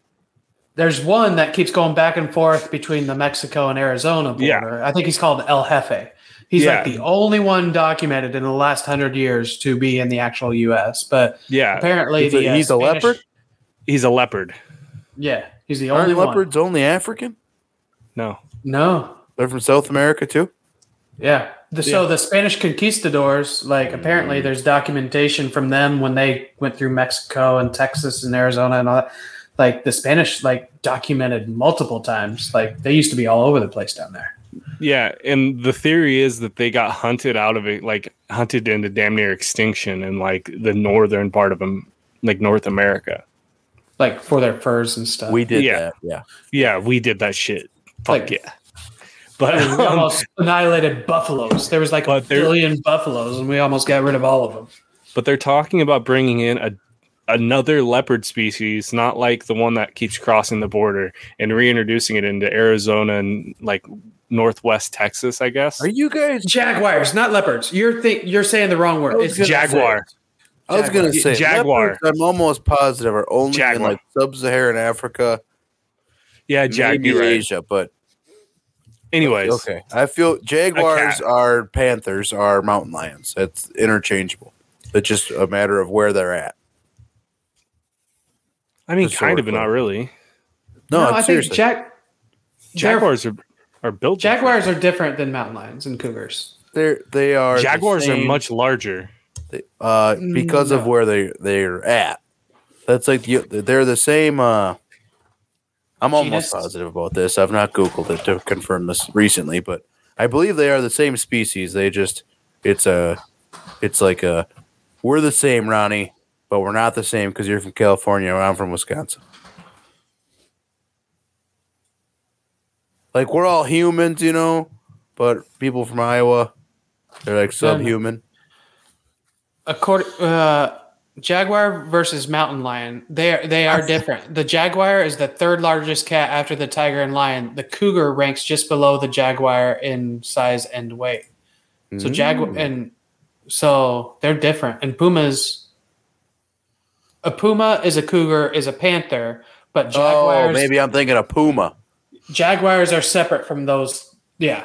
D: There's one that keeps going back and forth between the Mexico and Arizona border.
A: Yeah.
D: I think he's called El Jefe. He's like
A: Yeah.
D: the only one documented in the last hundred years to be in the actual U.S. But
A: yeah
D: apparently,
B: He's a-
D: the, uh,
B: he's a
D: Spanish-
B: leopard?
A: he's a leopard
D: Yeah, he's the
B: Aren't
D: only one.
B: leopards only African?
A: no
D: No.
B: They're from South America too.
D: Yeah. The, So the Spanish conquistadors, like apparently there's documentation from them when they went through Mexico and Texas and Arizona and all that. Like the Spanish like documented multiple times. Like they used to be all over the place down there.
A: yeah and the theory is that they got hunted out of it like hunted into damn near extinction in like the northern part of them like north america
D: Like for their furs and stuff.
B: We did
A: Yeah.
B: that. Yeah.
A: yeah we did that shit fuck
D: Like- *laughs*
A: yeah but
D: I
A: *laughs*
D: mean, we
A: um,
D: almost annihilated buffaloes. There was like a
A: But there-
D: billion buffaloes, and we almost got rid of all of them.
A: but they're talking about bringing in a another leopard species, not like the one that keeps crossing the border and reintroducing it into Arizona and like northwest Texas, I guess.
B: Are you guys?
D: Jaguars, not leopards. You're think you're saying the wrong word. It's
B: gonna
A: Jaguar.
B: say- I was gonna say
A: Jaguar.
B: leopards, I'm almost positive are only in
A: Jaguar.
B: like sub-Saharan Africa,
A: Yeah, Jag,
B: maybe
A: you're right.
B: Asia, but
A: Anyways,
B: okay. I feel jaguars
A: cat.
B: are panthers are mountain lions. That's interchangeable. It's just a matter of where they're at.
A: I mean,
B: Just
A: kind of,
B: sort
A: but
B: of
A: not really.
B: No,
D: No,
B: I'm
D: I think
B: seriously.
D: Jack Jaguars
A: Jaguars are are built. different.
D: Jaguars are different than mountain lions and cougars.
B: they're they are the
A: Jaguars are
B: same,
A: much larger.
B: uh, because of where they they're at. That's like you, they're the same. Uh, I'm almost
D: Genus?
B: positive about this. I've not googled it to confirm this recently, but I believe they are the same species. They just it's a it's like a we're the same, Ronnie, but we're not the same because you're from California and I'm from Wisconsin. Like we're all humans, you know, but people from Iowa, they're like
D: Fair enough.
B: subhuman.
D: According uh, Jaguar versus mountain lion, they are,
B: *laughs*
D: they are different. The jaguar is the third largest cat after the tiger and lion. The cougar ranks just below the jaguar in size and weight. So
B: Mm.
D: jaguar and so they're different. And pumas, a puma is a cougar is a panther, but jaguars
B: Oh, maybe I'm thinking of Puma.
D: jaguars are separate from those. Yeah,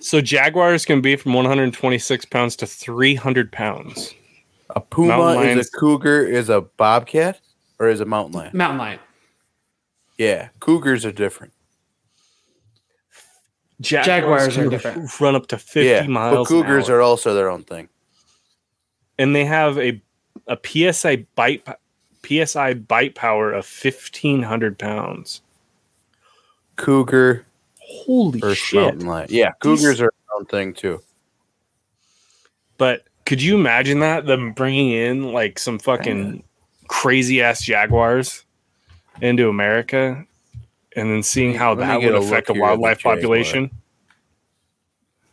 A: So Jaguars can be from 126 pounds to 300 pounds.
B: A Puma
A: Mountain
B: is
A: lions.
B: a cougar, is a bobcat, or is a mountain lion?
D: mountain lion.
B: Yeah, cougars are different.
D: Jaguars are
A: can *laughs*
D: different.
A: Run up to 50
B: yeah,
A: miles.
B: but cougars are also their own thing.
A: and they have a a PSI bite p- PSI bite power of 1,500 pounds.
B: Cougar
A: Holy
B: versus
A: shit!
B: mountain lion. Yeah, cougars are their own thing too.
A: But could you imagine that them bringing in like some fucking crazy ass jaguars into America, and then seeing how
B: Let me
A: that
B: get
A: would
B: a
A: affect
B: look
A: the
B: here at the
A: wildlife
B: jaguar.
A: population?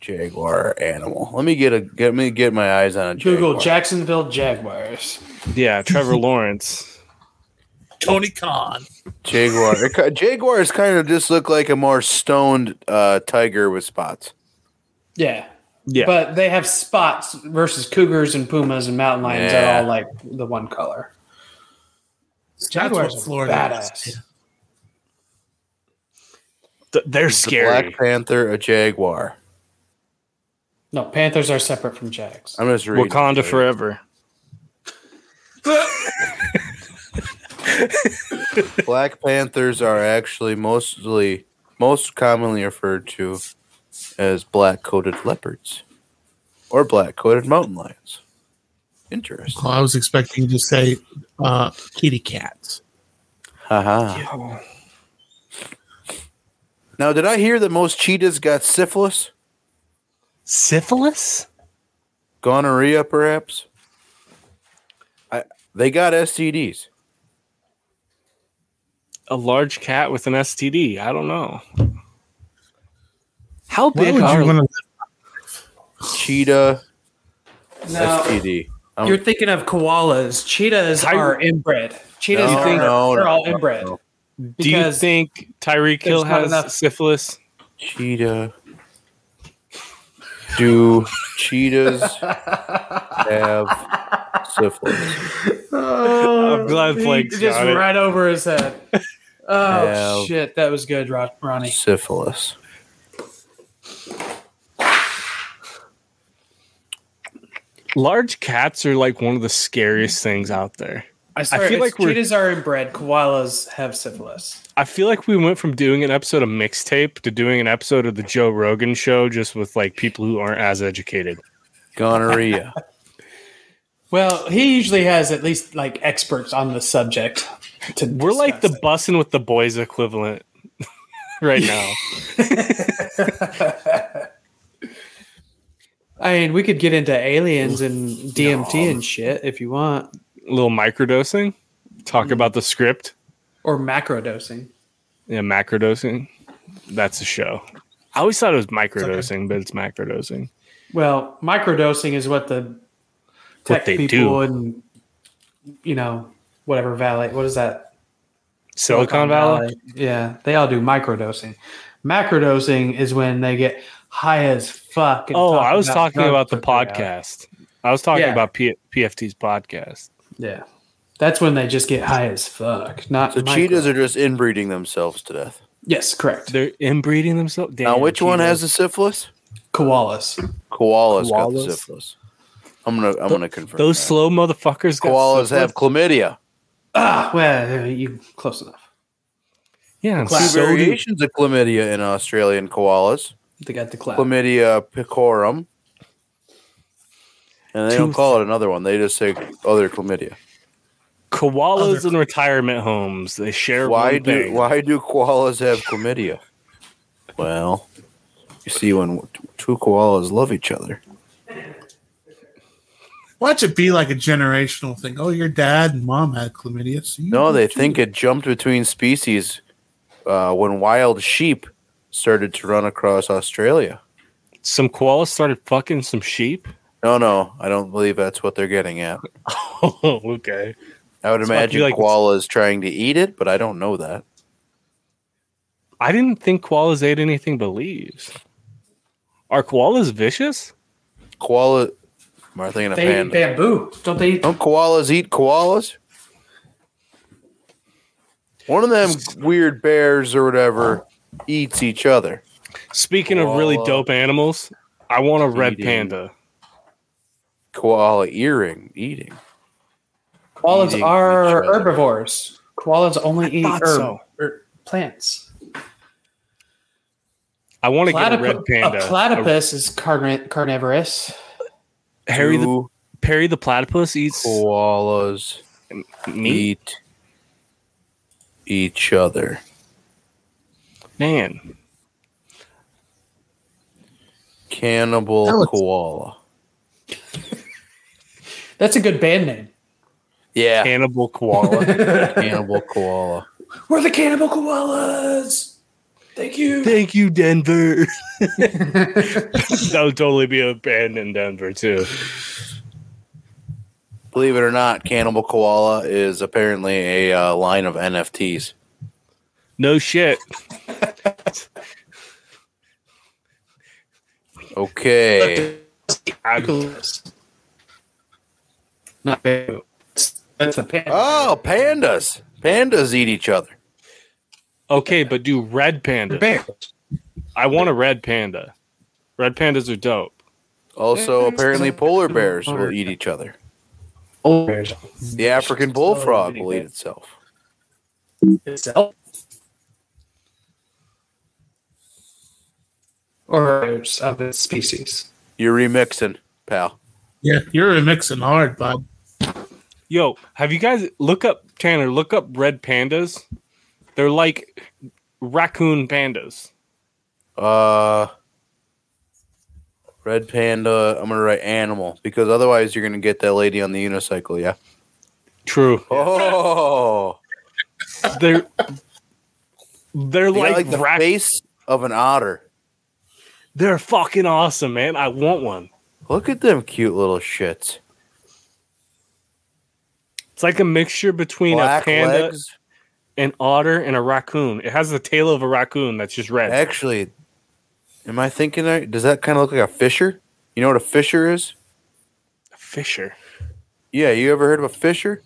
B: Jaguar animal. Let me get a get me get my eyes on a jaguar.
D: Google Jacksonville Jaguars.
A: Yeah,
D: *laughs*
A: Trevor Lawrence.
C: Tony Khan.
B: jaguar. It ki- Jaguars kind of just look like a more stoned uh, tiger with spots.
D: Yeah.
A: Yeah,
D: But they have spots versus cougars and pumas and mountain lions
B: Yeah.
D: are all like the one color. Jaguars
C: That's what
D: are
C: Florida
D: badass.
C: is.
A: Th- they're
B: It's a
A: scary.
B: Black panther, a jaguar.
D: No, Panthers are separate from Jags.
B: I'm just reading.
A: Wakanda forever.
B: Black Panthers are actually mostly most commonly referred to as black coated leopards or black coated mountain lions. Interesting.
C: Well, I was expecting you to say uh, kitty cats.
B: Haha. Now, did I hear that most cheetahs got syphilis,
A: Syphilis?
B: gonorrhea, perhaps? I, they got STDs.
A: A large cat with an STD. I don't know. How
C: Why
A: big
C: would
A: are
C: you want to?
B: Cheetah
D: No,
B: STD. I'm-
D: you're thinking of koalas. Cheetahs
A: Tiger-
D: are inbred. Cheetahs
B: No, no,
D: are, they're
B: no,
D: all
B: no,
D: inbred.
B: no.
A: Do you
D: Because-
A: think Tyreek Hill
D: There's not
A: has
D: enough-
A: syphilis?
B: Cheetah. Do
A: *laughs*
B: cheetahs have syphilis?
A: I'm glad Blake's
D: Oh, He just
A: got it.
D: right over
B: *laughs*
D: his head. Oh
B: Yeah.
D: shit, that was good, Ron- Ronnie.
B: Syphilis.
A: Large cats are like one of the scariest things out there.
D: I, swear,
A: feel
D: it's-
A: like we're-
D: cheetahs are inbred. Koalas have syphilis.
A: I feel like we went from doing an episode of mixtape to doing an episode of the Joe Rogan show just with like people who aren't as educated.
B: Gonorrhea.
D: Well, he usually has at least like experts on the subject. To
A: We're like the
D: discuss it.
A: bussin' with the boys equivalent *laughs* right now.
D: I mean, we could get into aliens and DMT and shit if you want,
A: A little microdosing, talk about the script.
D: or macrodosing.
A: Yeah, macrodosing. That's a show. I always thought it was microdosing, but it's macrodosing.
D: Well, microdosing is what the tech
A: they
D: people
A: do.
D: and you know whatever Valley. What is that?
A: Silicon Valley.
D: Yeah, they all do microdosing. Macrodosing is when they get high as fuck. and
A: Oh,
D: talk
A: I was talking
D: drugs
A: about the
D: for three hours.
A: podcast. I was talking
D: Yeah.
A: about P- PFT's podcast.
D: Yeah, that's when they just get high as fuck. Not
B: So cheetahs are just inbreeding themselves to death.
D: yes, correct.
A: They're inbreeding themselves.
B: Now,
A: Damn,
B: which one
A: cheetahs.
B: has the syphilis?
D: koalas.
B: Koalas, got the
A: Koalas.
B: syphilis. I'm gonna I'm gonna confirm.
A: Those
B: that.
A: slow motherfuckers. got
B: koalas
A: syphilis.
B: have chlamydia.
D: Ah, well, you close enough.
A: yeah.
B: Two
A: So do,
B: variations of chlamydia in Australian koalas.
D: They got the clap.
B: Chlamydia picorum. And they do don't
A: Tooth.
B: call it another one. They just say other chlamydia.
A: koalas
C: Other-
A: in retirement homes. They share
B: Why
A: one
B: do
A: thing.
B: why do koalas have chlamydia? Well, you see when two koalas love each other.
C: Watch it be like a generational thing. Oh, your dad and mom had chlamydia. So you
B: No,
C: do
B: they
C: too.
B: think it jumped between species uh, when wild sheep started to run across Australia.
A: some koalas started fucking some sheep? *laughs*
B: No, no, I don't believe that's what they're getting at.
A: Oh, okay.
B: I would
A: It's about to be
B: imagine
A: like-
B: koalas trying to eat it, but I don't know that.
A: I didn't think koalas ate anything but leaves. Are koalas vicious?
B: Koala, am I thinking of
D: They eat
B: panda?
D: bamboo, don't they? Eat?
B: Don't koalas eat koalas? One of them weird bears or whatever eats each other.
A: Speaking of really
B: Koala.
A: dope animals, I want a red
B: Eating.
A: panda.
B: Koala earring eating.
D: Koalas
B: eating
D: are
B: each other.
D: herbivores. Koalas only eat
A: thought
D: herb,
A: so.
D: er, plants.
A: I want to get a
D: Platyp-
A: red panda.
D: a platypus is carni- carnivorous.
A: A- Harry the,
B: Two
A: Perry the platypus eats
B: koalas
A: meat.
B: eat each other.
A: Man,
B: Cannibal
C: That was-
B: koala.
D: That's a good band name.
B: Yeah,
A: cannibal koala.
B: cannibal koala.
D: We're the cannibal koalas. Thank you.
A: *laughs* Thank you, Denver. that would totally be a band in Denver too.
B: Believe it or not, cannibal koala is apparently a uh, line of NFTs.
A: No shit.
B: Okay,
A: I,
D: Not bamboo. That's, that's a panda.
B: Oh, pandas. Pandas eat each other.
A: okay, but do red
D: They're
A: panda.
D: bears.
A: I want a red panda. Red pandas are dope.
B: Also,
D: Bears
B: apparently,
D: don't
B: polar
D: do
B: bears
D: polar
B: will eat each other.
D: Old bears.
B: The African bullfrog will eat
D: bear.
B: itself.
D: itself. Or it's of its species.
B: You're remixing, pal.
C: Yeah, you're mixing hard, bud.
A: Yo, have you guys look up Tanner? Look up red pandas. They're like raccoon pandas.
B: Uh, red panda. I'm gonna write animal because otherwise you're gonna get that lady on the unicycle. Yeah.
A: True.
B: Oh,
A: They're they're
B: you got,
A: like,
B: like, the
A: rac-
B: face of an otter.
A: they're fucking awesome, man. I want one.
B: Look at them cute little shits.
A: It's like a mixture between a
B: Black
A: panda,
B: legs.
A: an otter, and a raccoon. It has the tail of a raccoon that's just red.
B: Actually, am I thinking? Right? Does that kind of look like a fisher? You know what a fisher is?
A: Fisher.
B: Yeah, you ever heard of a fisher?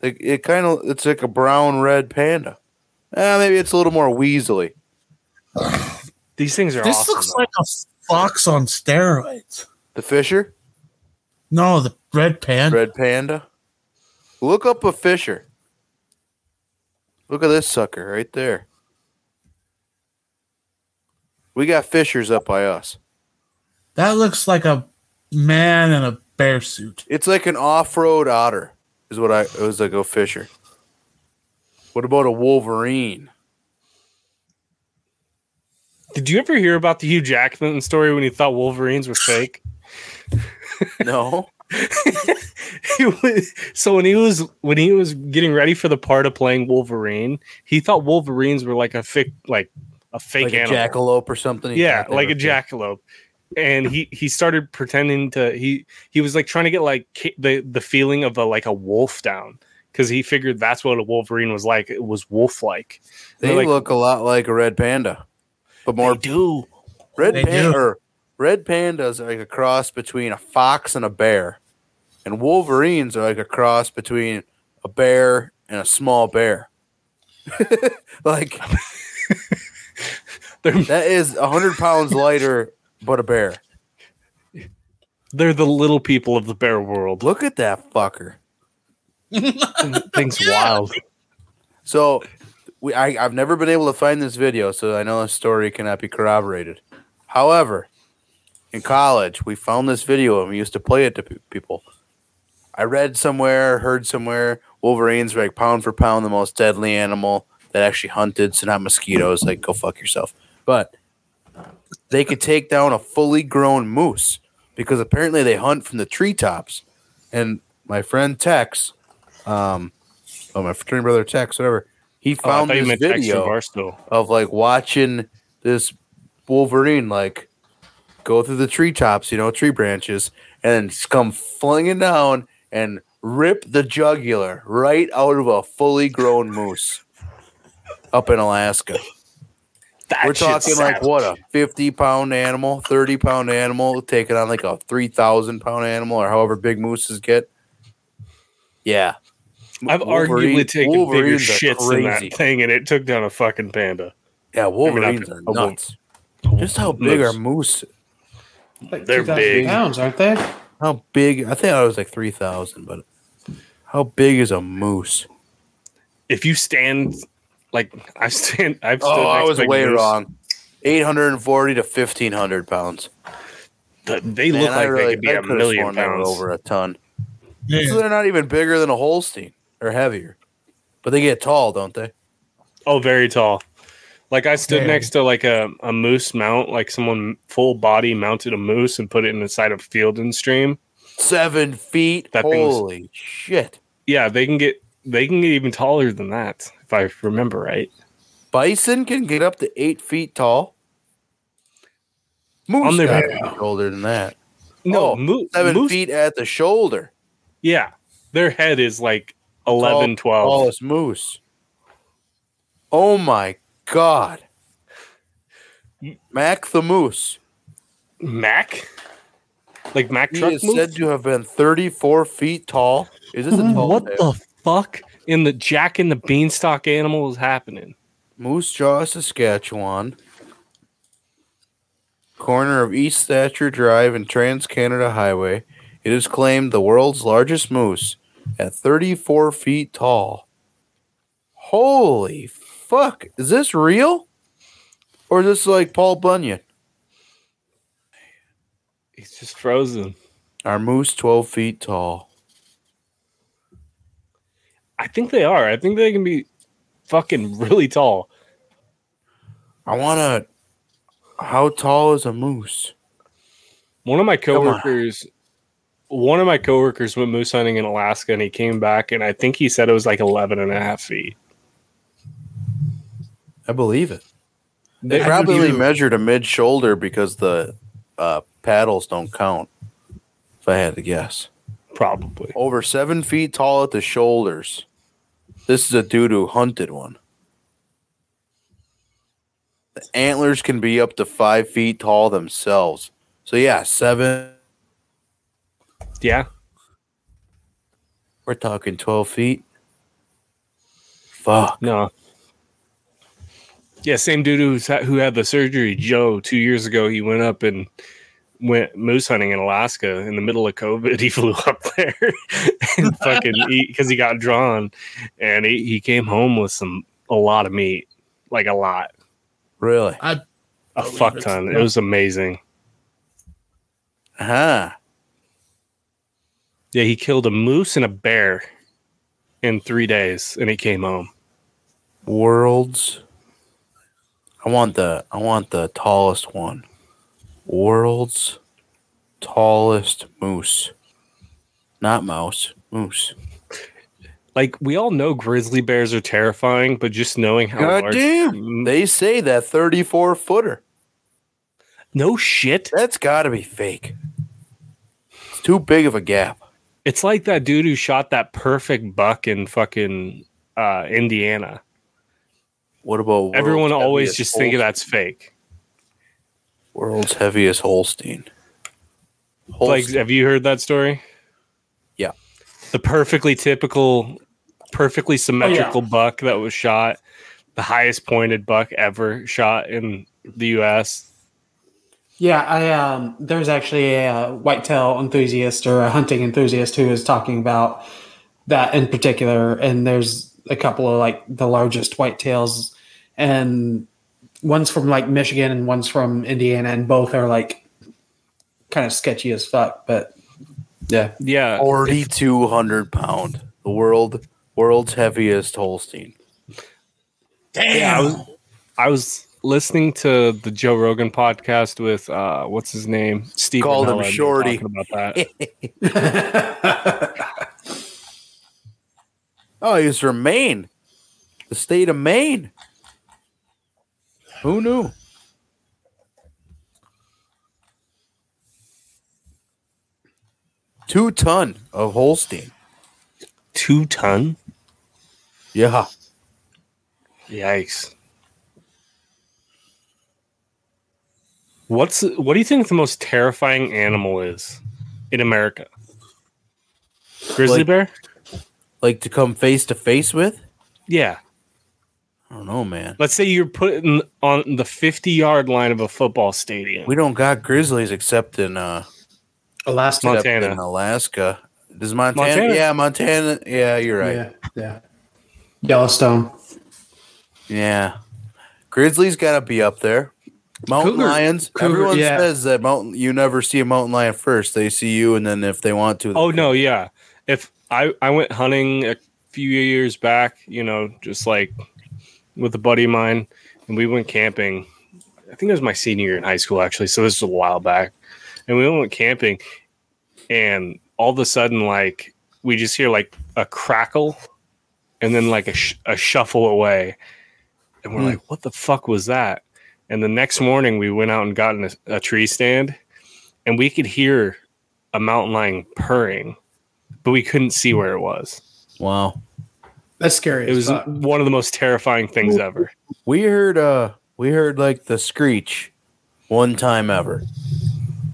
B: Like it kind of it's like a brown red panda. Eh, maybe it's a little more weaselly.
A: These things are
C: This
A: awesome.
C: looks
A: though.
C: like a fox on steroids.
B: The fisher,
C: No, the red panda.
B: red panda. Look up a fisher. Look at this sucker right there. We got fishers up by us.
C: That looks like a man in a bear suit.
B: It's like an off-road otter, is what I it was like a fisher. What about a wolverine?
A: Did you ever hear about the Hugh Jackman story when he thought Wolverines were fake?
B: No.
A: *laughs* he was, so when he was when he was getting ready for the part of playing Wolverine, he thought Wolverines were like a fake like a fake
B: like a
A: animal.
B: jackalope or something.
A: yeah, like a
B: jackal.
A: jackalope. And he he started pretending to he he was like trying to get like ki- the the feeling of a like a wolf down because he figured that's what a Wolverine was like. It was wolf like.
B: They
A: They're like-
B: look a lot like a red panda, but more
A: do.
B: red
C: They do.
B: panda. or Red pandas are like a cross between a fox and a bear, and wolverines are like a cross between a bear and a small bear. *laughs* like
A: *laughs* They're-
B: that is a hundred pounds lighter, but a bear.
A: They're the little people of the bear world.
B: Look at that fucker.
A: Things
B: *laughs*
A: wild.
B: So we, I, I've never been able to find this video, so I know the story cannot be corroborated. However, in college, we found this video and we used to play it to pe- people. I read somewhere, heard somewhere, Wolverines were like pound for pound the most deadly animal that actually hunted, so not mosquitoes. Like, go fuck yourself. But they could take down a fully grown moose because apparently they hunt from the treetops. And my friend Tex, um, oh, my fraternity brother Tex, whatever, he
A: Oh, I
B: found
A: thought you
B: this
A: meant
B: video
A: Dexter Barstow.
B: of like watching this Wolverine like go through the treetops, you know, tree branches, and then just come flinging down and rip the jugular right out of a fully grown moose up in Alaska.
A: That
B: We're
A: shit's
B: talking like
A: savage.
B: what a 50 pound animal, 30 pound animal, taking on like a 3,000 pound animal or however big mooses get. Yeah.
A: I've
B: Wolverine-
A: arguably taken bigger
B: Wolverines are
A: shits than that thing, and it took down a fucking panda.
B: Yeah, Wolverines
A: not-
B: are
A: a wolf.
B: nuts. Just how big
A: Moose.
B: are moose?
D: Like
A: They're
D: 2,000
A: big.
D: pounds, aren't they?
B: How big? I think I was like three thousand, but how big is a moose?
A: If you stand, like I stand, I've stood
B: Oh, I
A: next
B: was
A: to big
B: way
A: moose.
B: wrong. Eight hundred and forty to fifteen hundred pounds.
A: The- they
B: Man,
A: look
B: I
A: like
B: really-
A: they could be
B: I
A: a
B: could've
A: million
B: sworn they were
A: pounds.
B: over a ton. So
C: Yeah.
B: they're not even bigger than a Holstein or heavier, but they get tall, don't they?
A: Oh, very tall. Like I stood
C: Damn.
A: next to like a, a moose mount, like someone full body mounted a moose and put it in the side of a field and stream.
B: Seven feet.
A: That thing's-
B: Holy shit!
A: Yeah, they can get they can get even taller than that, if I remember right.
B: Bison can get up to eight feet tall. Moose
A: On their-
B: gotta be older than that.
A: No,
B: Oh,
A: moo-
B: Seven
A: moose.
B: feet at the shoulder.
A: Yeah, their head is like 11,
B: Tall-
A: 12.
B: Tallest moose. Oh my god. Mac the moose.
A: Mac, like Mac
B: He
A: truck
B: is
A: moose.
B: said to have been 34 feet tall. Is this a tall
A: what
B: tale?
A: the fuck in the Jack and the Beanstalk animal is happening?
B: Moose Jaw, Saskatchewan. Corner of East Thatcher Drive and Trans Canada Highway. It is claimed the world's largest moose at 34 feet tall. Holy fuck. Is this real? Or is this like Paul Bunyan?
A: He's just frozen.
B: Our moose 12 feet tall?
A: I think they are. I think they can be fucking really tall.
B: I want to. How tall is a moose?
A: One of my
B: on.
A: coworkers, one of my coworkers went moose hunting in Alaska, and he came back, and I think he said it was like 11 and a half feet.
B: I believe it. They
C: I do
B: probably
C: too.
B: measured a mid shoulder because the uh, paddles don't count. If I had to guess,
A: Probably.
B: over seven feet tall at the shoulders. This is a dude who hunted one. The antlers can be up to five feet tall themselves. So yeah, seven.
A: Yeah,
B: We're talking twelve feet. Fuck.
A: no. Yeah, same dude who's, who had the surgery, Joe, two years ago. He went up and went moose hunting in Alaska in the middle of COVID. *laughs* He flew up there and
B: *laughs*
A: fucking because he got drawn, and he, he came home with some a lot of meat, like a lot.
B: Really?
A: a fuck ton. It was amazing.
B: Huh.
A: Yeah, he killed a moose and a bear in three days, and he came home.
B: Worlds. I want the I want the tallest one. World's tallest moose. Not mouse, moose.
A: Like we all know, grizzly bears are terrifying, but just knowing how
B: God
A: large, Mm.
B: damn. They say that 34 footer.
A: no shit.
B: That's got to be fake. It's too big of a gap.
A: It's like that dude who shot that perfect buck in fucking uh, Indiana.
B: What about world's
A: Everyone always
B: heaviest
A: just think of
B: Holstein?
A: that's fake.
B: world's heaviest Holstein.
A: Like,
B: Holstein.
A: have you heard that story?
B: Yeah.
A: The perfectly typical, perfectly symmetrical buck that was shot, the highest pointed buck ever shot in the U.S.
D: Yeah, I um, there's actually a, uh whitetail enthusiast or a hunting enthusiast who is talking about that in particular, and there's a couple of like the largest whitetails, and one's from like Michigan and one's from Indiana, and both are like kind of sketchy as fuck. But yeah,
A: Yeah.
B: Forty-two hundred pound, the world world's heaviest Holstein.
C: Damn.
A: Yeah, I was, I was listening to the Joe Rogan podcast with uh, what's his name, Steve.
B: Called
A: Rinella,
B: him
A: and they were
B: Shorty.
A: talking About
B: *laughs*
A: that,
B: Oh, he's from Maine, the state of Maine. Who knew? Two ton of Holstein.
A: two ton.
B: Yeah.
A: Yikes. What's what do you think the most terrifying animal is in America? Grizzly
B: Like-
A: bear?
B: Like to come face to face with?
A: Yeah.
B: I don't know, man.
A: Let's say you're putting on the 50 yard line of a football stadium.
B: We don't got grizzlies except in uh
D: Alaska.
B: except
A: Montana.
B: in Alaska. Does Montana,
A: Montana.
B: Yeah, Montana. Yeah, you're right.
D: Yeah, yeah. Yellowstone.
B: Yeah. Grizzlies got to be up there. Mountain
D: Cougar-
B: lions.
D: cougar,
B: everyone
D: yeah.
B: says that mountain. You never see a mountain lion first. They see you, and then if they want to,
A: Oh no, yeah. If I I went hunting a few years back, you know, just like with a buddy of mine, and we went camping. I think it was my senior year in high school, actually. So this was a while back, and we went camping, and all of a sudden, like we just hear like a crackle, and then like a sh- a shuffle away, and we're
B: Hmm.
A: like, "What the fuck was that?" And the next morning, we went out and got in a, a tree stand, and we could hear a mountain lion purring, but we couldn't see where it was.
B: wow.
D: That's scary.
A: It was one of the most terrifying things ever.
B: We heard. uh We heard like the screech, one time ever.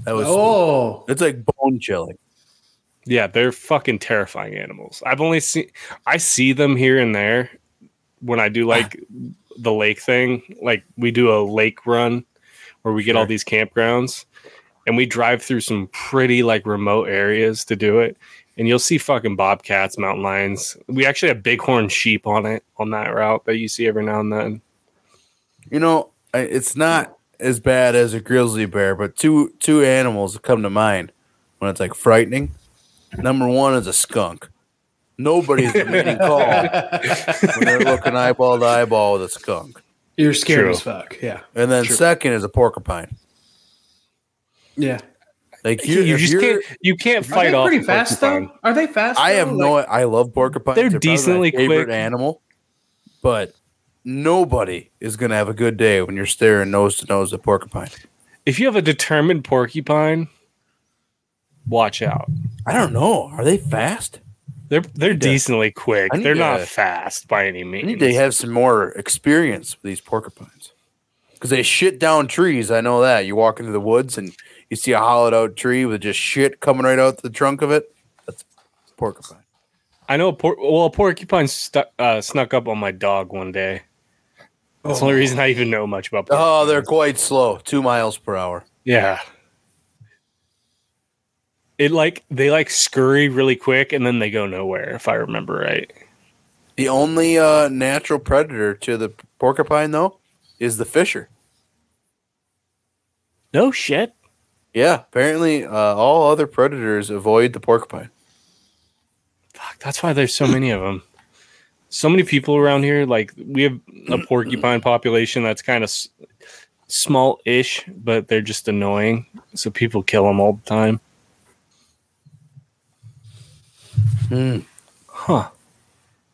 B: That was.
D: oh,
B: It's like bone chilling.
A: Yeah, they're fucking terrifying animals. I've only seen I see them here and there when I do like the lake thing. Like we do a lake run where we get all these campgrounds and we drive through some pretty like remote areas to do it. And you'll see fucking bobcats, mountain lions. We actually have bighorn sheep on it on that route that you see every now and then.
B: You know, I- it's not as bad as a grizzly bear, but two two animals come to mind when it's like frightening. Number one is a skunk.
A: *laughs*
B: Nobody's meeting call when they're looking eyeball to eyeball with a skunk.
D: you're scared
A: True.
D: as fuck. Yeah,
B: And then
D: True.
B: second is a porcupine.
D: yeah.
B: Like you,
A: You,
B: if
A: just
B: you're-
A: can't you can't
D: Are
A: fight
D: they
A: off.
D: pretty
A: a
D: fast
A: porcupine.
D: though? Are they fast?
B: I
D: though?
B: have no. I love porcupines.
A: They're
B: probably my
A: decently
B: favorite
A: quick.
B: animal, but nobody is gonna have a good day when you're staring nose to nose at a porcupine.
A: If you have a determined porcupine, watch out.
B: I don't know. Are they fast?
A: They're they're
B: to-
A: decently quick.
B: I need
A: They're not
B: to-
A: fast by any
B: I
A: means.
B: need to have some more experience with these porcupines because they shit down trees. I know that. You walk into the woods and you see a hollowed out tree with just shit coming right out the trunk of it. That's porcupine.
A: I know. A por- well, a porcupine stu- uh, snuck up on my dog one day. That's the only reason I even know much about.
B: Oh,
A: porcupines.
B: they're quite slow, two miles per hour.
A: yeah. It like they like scurry really quick and then they go nowhere. If I remember right.
B: The only uh, natural predator to the porcupine, though, is the fisher.
A: No shit.
B: Yeah, apparently uh, all other predators avoid the porcupine.
A: Fuck, that's why there's so many of them. So many people around here. Like we have a porcupine population that's kind of s- small-ish, but they're just annoying. So people kill them all the time. Huh.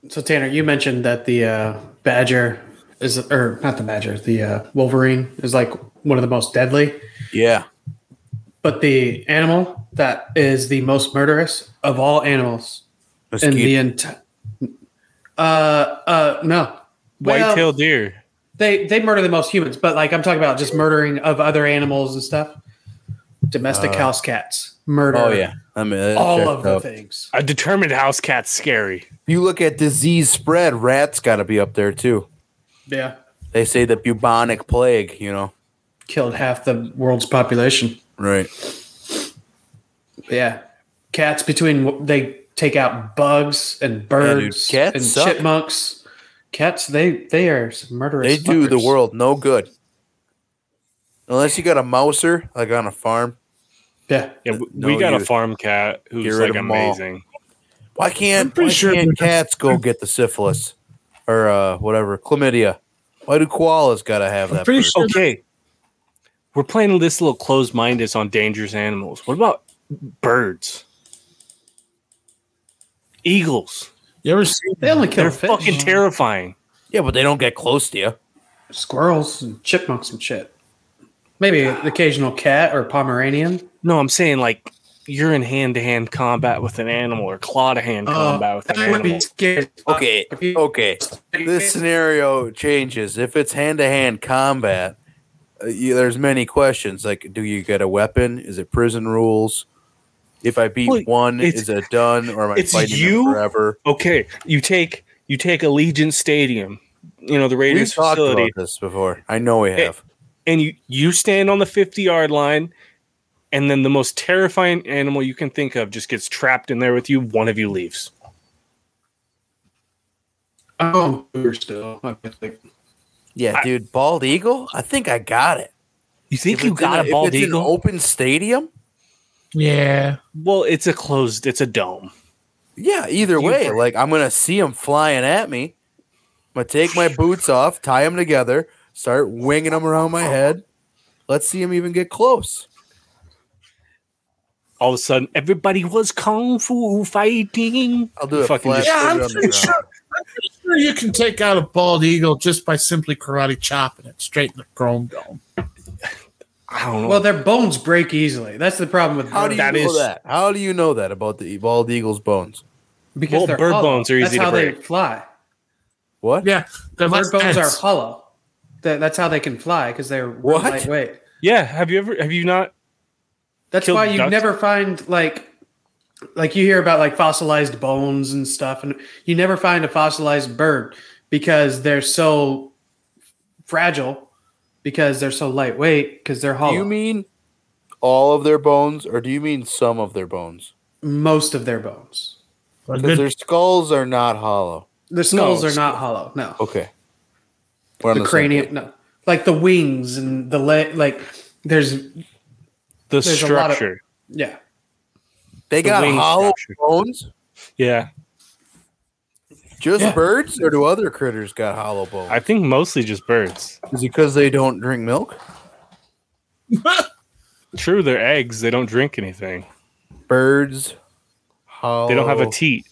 D: So Tanner, you mentioned that the uh, badger is, or not the badger, the uh, wolverine is like one of the most deadly,
B: Yeah.
D: but the animal that is the most murderous of all animals in the
B: Mosquito.
D: entire. Uh, uh, no. Well,
A: White-tailed deer.
D: they they murder the most humans, but like I'm talking about just murdering of other animals and stuff. Domestic house cats murder.
B: Uh, Oh, yeah. Oh. I mean, that
D: all
B: checked
D: of the
B: out.
D: things.
A: A determined house cat's scary.
B: You look at disease spread, rats got to be up there, too.
D: Yeah.
B: they say the bubonic plague, you know,
D: killed half the world's population.
B: Right.
D: But yeah, cats between they take out bugs and birds
B: dude, cats
D: and
B: suck.
D: chipmunks. Cats, they they are some murderous.
B: They do the
D: fuckers.
B: world no good. Unless you got a mouser, like on a farm.
D: Yeah,
A: Yeah, w-
B: No,
A: we got a
B: you-
A: farm cat
B: get
A: who's
B: rid
A: like
B: of 'em all.
A: amazing.
B: Why can't,
C: pretty
B: why
C: sure
B: can't
C: they're-
B: cats go get the syphilis or uh, whatever, chlamydia? Why do koalas got to have that?
C: pretty
B: first?
C: sure-
A: Okay, we're playing this little closed mindedness on dangerous animals. What about birds? Eagles.
C: You ever seen
D: they only kill
A: They're
D: fish,
A: fucking terrifying.
B: Yeah, but they don't get close to you.
D: squirrels, and chipmunks and shit. Maybe the occasional cat or Pomeranian.
A: No, I'm saying like you're in hand to hand combat with an animal or claw to
B: Uh,
A: hand combat with an
D: I would be
A: animal.
D: scared.
B: Okay,
D: Uh, If you-
B: okay. This scenario changes. If it's hand to hand combat, uh, you, there's many questions. Like, do you get a weapon? Is it prison rules? If I beat
A: Well,
B: one,
A: it's-
B: is it done, or am I
A: it's
B: fighting
A: you?
B: them forever?
A: Okay, you take you take Allegiant Stadium, you know the
B: We've
A: Raiders
B: talked
A: facility,
B: about this before. I know we have.
A: and you you stand on the 50 yard line and then the most terrifying animal you can think of just gets trapped in there with you one of you leaves
D: Oh, we're still. I feel like-
B: Yeah,
A: I-
B: dude, bald eagle. I think I got it.
A: you think
B: If
A: you
B: it's in
A: got a bald
B: if it's
A: eagle
B: An open stadium.
C: Yeah.
A: well it's a closed it's a dome
B: Yeah, either way, like I'm gonna see him flying at me. I'm gonna take my boots off, tie them together, start winging them around my head. Let's see him even get close.
A: all of a sudden everybody was kung fu fighting
B: I'll do a
A: Fucking
B: flash.
C: Yeah,
B: put it
C: I'm
B: on the
C: pretty
B: ground.
C: sure. I'm pretty sure you can take out a bald eagle just by simply karate chopping it straight in the chrome dome.
A: i don't know
D: Well, their bones break easily. That's the problem with
B: How do you
A: That
B: know
A: is-
B: that? How do you know that about the bald eagle's bones?
D: because
A: Well,
D: they're
A: bird
D: hollow.
A: bones are
D: That's
A: easy to
D: how they
A: break.
D: fly.
B: What?
C: Yeah, they're
D: Bird
C: less
D: bones are
C: dense.
D: hollow. That, that's how they can fly because they're
B: What?
D: lightweight.
A: yeah have you ever have you not
D: That's
A: Killed
D: why you
A: ducks?
D: never find like like you hear about like fossilized bones and stuff, and you never find a fossilized bird because they're so fragile because they're so lightweight because they're
B: Do
D: hollow.
B: you mean all of their bones, or do you mean some of their bones?
D: Most of their bones.
C: A
B: Because
C: good- *laughs*
B: their skulls are not hollow.
D: Their skulls
A: No,
D: are not hollow. No.
B: Okay. We're on
D: the
B: the same
D: cranium.
B: page.
D: No. Like the wings and the leg. Like there's
A: the
D: There's a lot of-
A: structure
D: yeah.
B: They got
A: wing
B: hollow
A: structure.
B: bones.
A: yeah
B: Just
D: Yeah.
B: birds, or do other critters got hollow bones?
A: i think mostly just birds
B: Is it because they don't drink milk?
A: true they're eggs they don't drink anything
B: Birds. Hollow.
A: they don't have a teat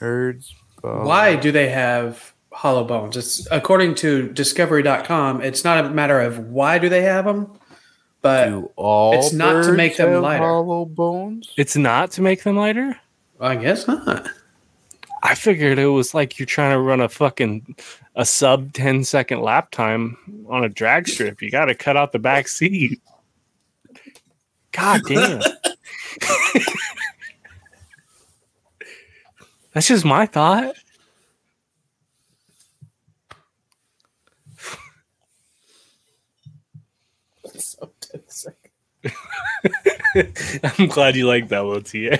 B: Birds. bones.
D: Why do they have hollow bones? It's according to discovery.com, it's not a matter of why do they have them, but
B: do all?
D: It's not to
B: birds
D: make them
B: have
D: lighter.
B: Hollow bones.
A: it's not to make them lighter
D: I guess not.
A: I figured it was like you're trying to run a fucking a sub 10 second lap time on a drag strip. You got to cut out the back seat. God damn. That's just my thought. *laughs* I'm glad you like that, little TA.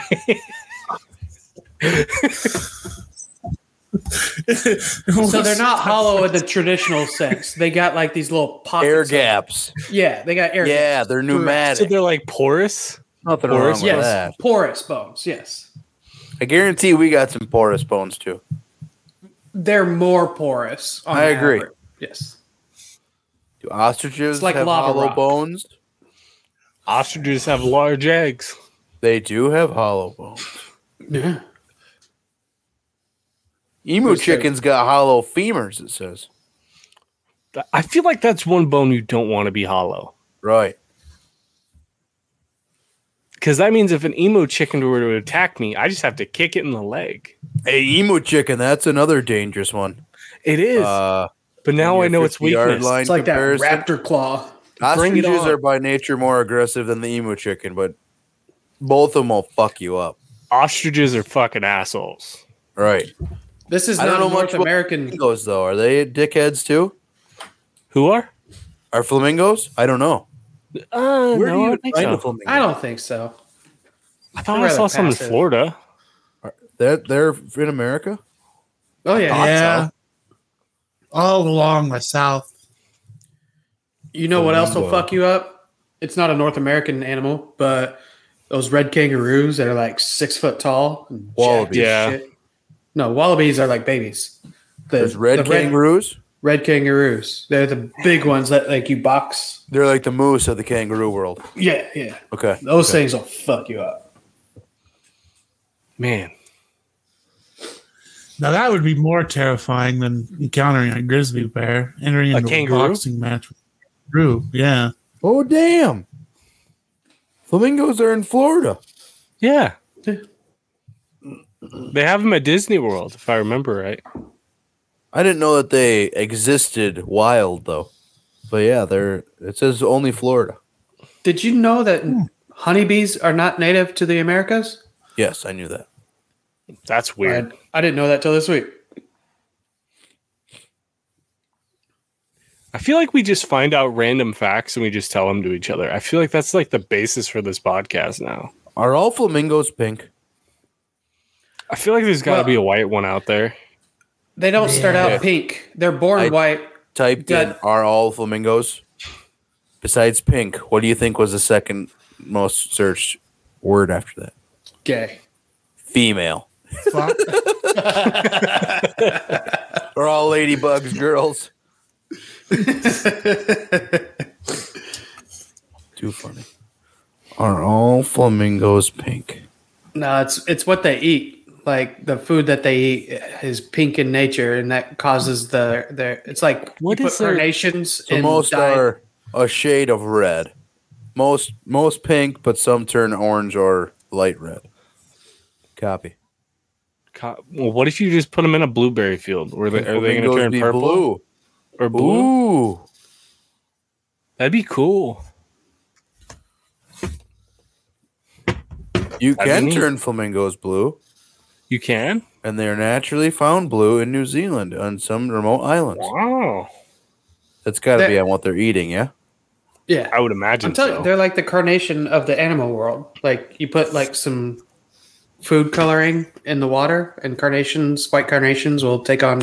D: So they're not hollow in the traditional sense. They got like these little pockets.
B: Air
D: of-
B: gaps.
D: Yeah, they got air.
B: Yeah, they're
A: So
B: pneumatic.
A: they're like porous.
B: Nothing
A: porous,
B: wrong
D: gaps.
B: with
D: Yes,
B: that.
D: porous bones. Yes,
B: I guarantee we got some porous bones too.
D: they're more porous. On
B: I agree.
D: average. Yes,
B: Do ostriches
D: It's like
B: have
D: lava
B: hollow
D: rock.
B: bones?
A: Ostriches have large eggs.
B: They do have hollow bones.
D: yeah.
B: Emu
D: Who's there?
B: chickens got hollow femurs. It says
A: I feel like that's one bone you don't want to be hollow.
B: right.
A: Because that means if an emo chicken were to attack me, I just have to kick it in the leg.
B: Hey, emu chicken. That's another dangerous one.
A: It is.
B: Uh,
A: but now I know its
B: 50-yard
A: weakness.
B: line
D: It's like that
B: comparison.
D: raptor claw.
A: Bring it
B: Ostriches
A: on.
B: are by nature more aggressive than the emu chicken, but both of them will fuck you up.
A: Ostriches are fucking assholes.
B: Right.
D: This is
B: I don't
D: not a
B: know much
D: North
B: about
D: American.
B: Flamingos, though, are they dickheads too?
A: Who are?
B: Are flamingos? I don't know.
A: Uh, no, I
B: Where do you
A: don't think
B: find
A: so.
B: a flamingo?
D: I don't think so.
A: I thought I
D: rather
A: saw some in
D: passive.
A: Florida.
B: They're, they're in America.
D: Oh yeah,
A: Thought
C: yeah.
A: so.
C: All along the South.
D: You know what else will
B: Flamingo.
D: fuck you up? It's not a North American animal, but those red kangaroos that are like six foot tall. and jacked
B: Wallabies.
D: as
A: Yeah.
D: shit. No, wallabies are like babies. The,
B: There's red
D: the
B: kangaroos.
D: Red, kangaroos. They're the big ones that like you box.
B: They're like the moose of the kangaroo world.
D: Yeah, yeah.
B: Okay.
D: Those things will fuck you up.
A: Man,
C: Now that would be more terrifying than encountering a grizzly bear, entering
A: A
C: into a,
A: kangaroo?
C: boxing match with a kangaroo. Yeah,
B: Oh damn! Flamingos are in Florida.
A: yeah. They have them at Disney World, if I remember right.
B: I didn't know that they existed wild though. But yeah, they're it says only Florida.
D: Did you know that
B: Hmm.
D: honeybees are not native to the Americas?
B: Yes, I knew that.
A: That's weird.
D: I, I didn't know that till this week.
A: I feel like we just find out random facts and we just tell them to each other. I feel like that's like the basis for this podcast now.
B: Are all flamingos pink?
A: I feel like there's got to
D: Well-
A: be a white one out there.
D: They don't start out
B: Yeah.
D: pink. They're born
B: I-
D: white.
B: Typed in
D: Dad-
B: are all flamingos? Besides pink, what do you think was the second most searched word after that?
D: Gay.
B: Female.
C: Fuck.
B: *laughs* Are all ladybugs girls? Too funny. Are all flamingos pink?
D: No, it's it's what they eat. Like the food that they eat is pink in nature, and that causes the their. It's like
A: What
D: you put
A: is their-
D: carnations
B: So
D: in
B: most
D: dye-
B: are a shade of red. Most most pink, but some turn orange or light red. Copy.
A: Co- Well, what if you just put them in a blueberry field? Were they, are they going
B: Flamingos
A: to turn
B: be
A: purple
B: blue?
A: or blue?
B: Ooh.
A: That'd be cool.
B: You
A: That'd
B: can
A: be neat.
B: turn flamingos blue,
A: You can.
B: and they are naturally found blue in New Zealand on some remote islands.
A: Wow.
B: That's got to
D: They're-
B: be on what they're eating, yeah.
D: Yeah,
A: I would imagine.
D: I'm telling
A: so.
D: you, they're like the carnation of the animal world. Like you put like some food coloring in the water, and carnations, white carnations, will take on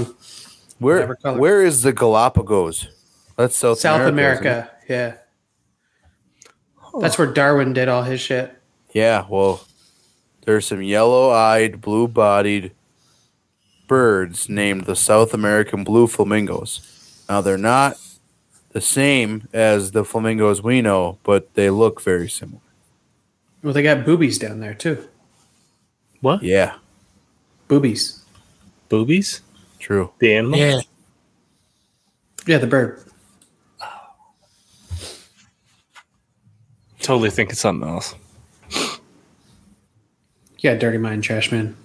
B: Where
D: Whatever color.
B: where is the Galapagos? That's South
D: South
B: America. isn't
D: America. Yeah, that's where Darwin did all his shit.
B: it? Yeah. Well, there's some yellow-eyed, blue-bodied birds named the South American blue flamingos. Now they're not the same as the flamingos we know, but they look very similar.
D: Well, they got boobies down there too.
B: Yeah.
D: Boobies.
A: boobies.
B: True.
A: The animal.
C: yeah.
D: Yeah, the bird.
A: Totally thinking something else.
D: Yeah, dirty mind, trash man.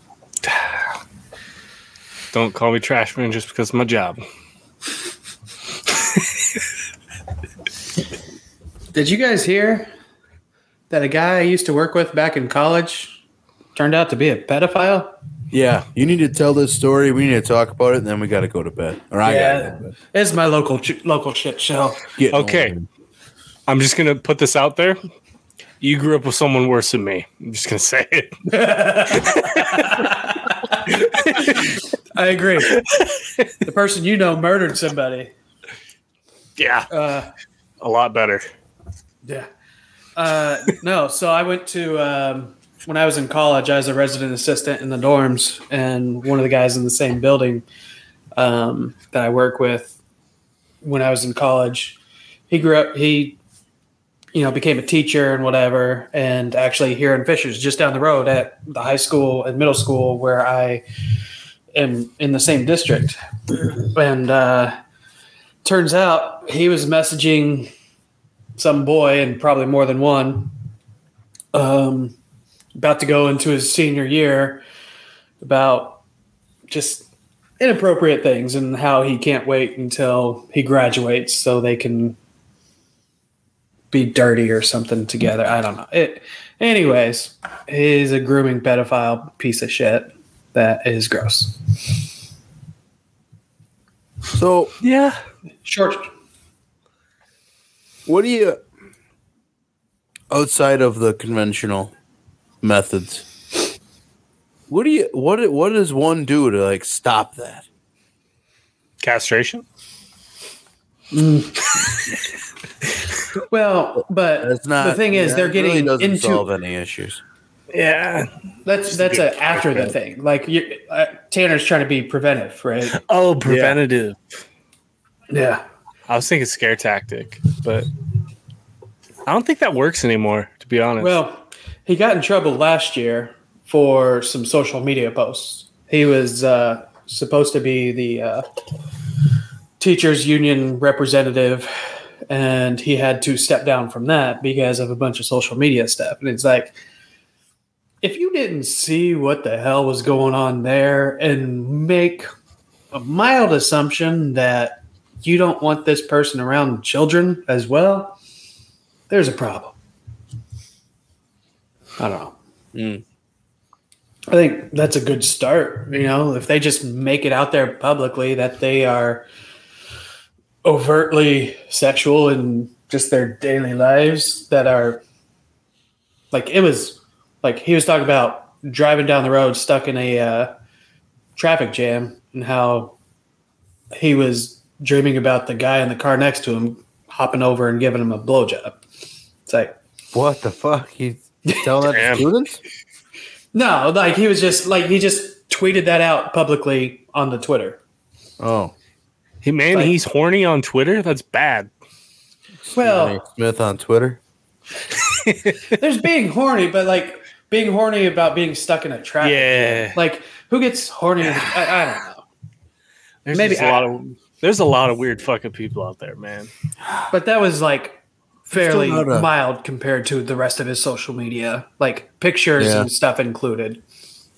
A: Don't call me trash man just because of my job.
D: Did you guys hear that a guy I used to work with back in college turned out to be a pedophile?
B: Yeah. You need to tell this story. We need to talk about it, and then we got to go to bed. All right.
D: it's my local ch- local shit show.
A: Okay. I'm just gonna put this out there. You grew up with someone worse than me. I'm just gonna *laughs* say it.
D: I agree. *laughs* the person you know murdered somebody.
A: Yeah,
D: Uh,
A: a lot better.
D: yeah. Uh, no, so I went to um, when I was in college. I was a resident assistant in the dorms, and one of the guys in the same building um, that I work with when I was in college. He grew up. He, you know, became a teacher and whatever. And actually, here in Fishers, just down the road at the high school and middle school where I am in the same district. And uh, turns out he was messaging some boy and probably more than one. Um, about to go into his senior year about just inappropriate things and how he can't wait until he graduates so they can be dirty or something together. I don't know. It, anyways, he's a grooming pedophile piece of shit that is gross.
B: So
A: Yeah,
D: Short.
B: What do you outside of the conventional methods? What do you what what does one do to like stop that?
A: Castration?
D: Well, but
B: That's not
D: the thing is
B: that
D: they're
B: really
D: getting
B: doesn't
D: into
B: solve any issues.
A: Yeah.
D: that's that's
A: good
D: a after the
A: podcast.
D: thing. Like you, uh, Tanner's trying to be preventive, right?
A: Oh, preventative.
D: Yeah.
A: I was thinking scare tactic, but I don't think that works anymore, to be honest.
D: Well, he got in trouble last year for some social media posts. He was uh, supposed to be the uh, teachers union representative, and he had to step down from that because of a bunch of social media stuff. And it's like, if you didn't see what the hell was going on there and make a mild assumption that you don't want this person around children as well, there's a problem. I don't know. I think that's a good start. You know, if they just make it out there publicly that they are overtly sexual in just their daily lives, that are like it was like he was talking about driving down the road stuck in a uh, traffic jam and how he was dreaming about the guy in the car next to him hopping over and giving him a blowjob. It's like,
B: What the fuck? You tell *laughs* that to
A: Damn.
B: students?
D: No, like he was just like he just tweeted that out publicly on the Twitter.
B: Oh,
A: He man,
D: Like-
A: he's horny on Twitter. That's bad.
D: Well,
B: Mike Smith on Twitter.
D: *laughs* there's being horny, but like being horny about being stuck in a traffic.
A: Yeah.
D: Like who gets horny? I, I don't know.
A: There's
D: Maybe
A: just a lot of there's a lot of weird fucking people out there, man.
D: But that was like fairly
B: not a-
D: mild compared to the rest of his social media, like pictures
B: Yeah.
D: and stuff included.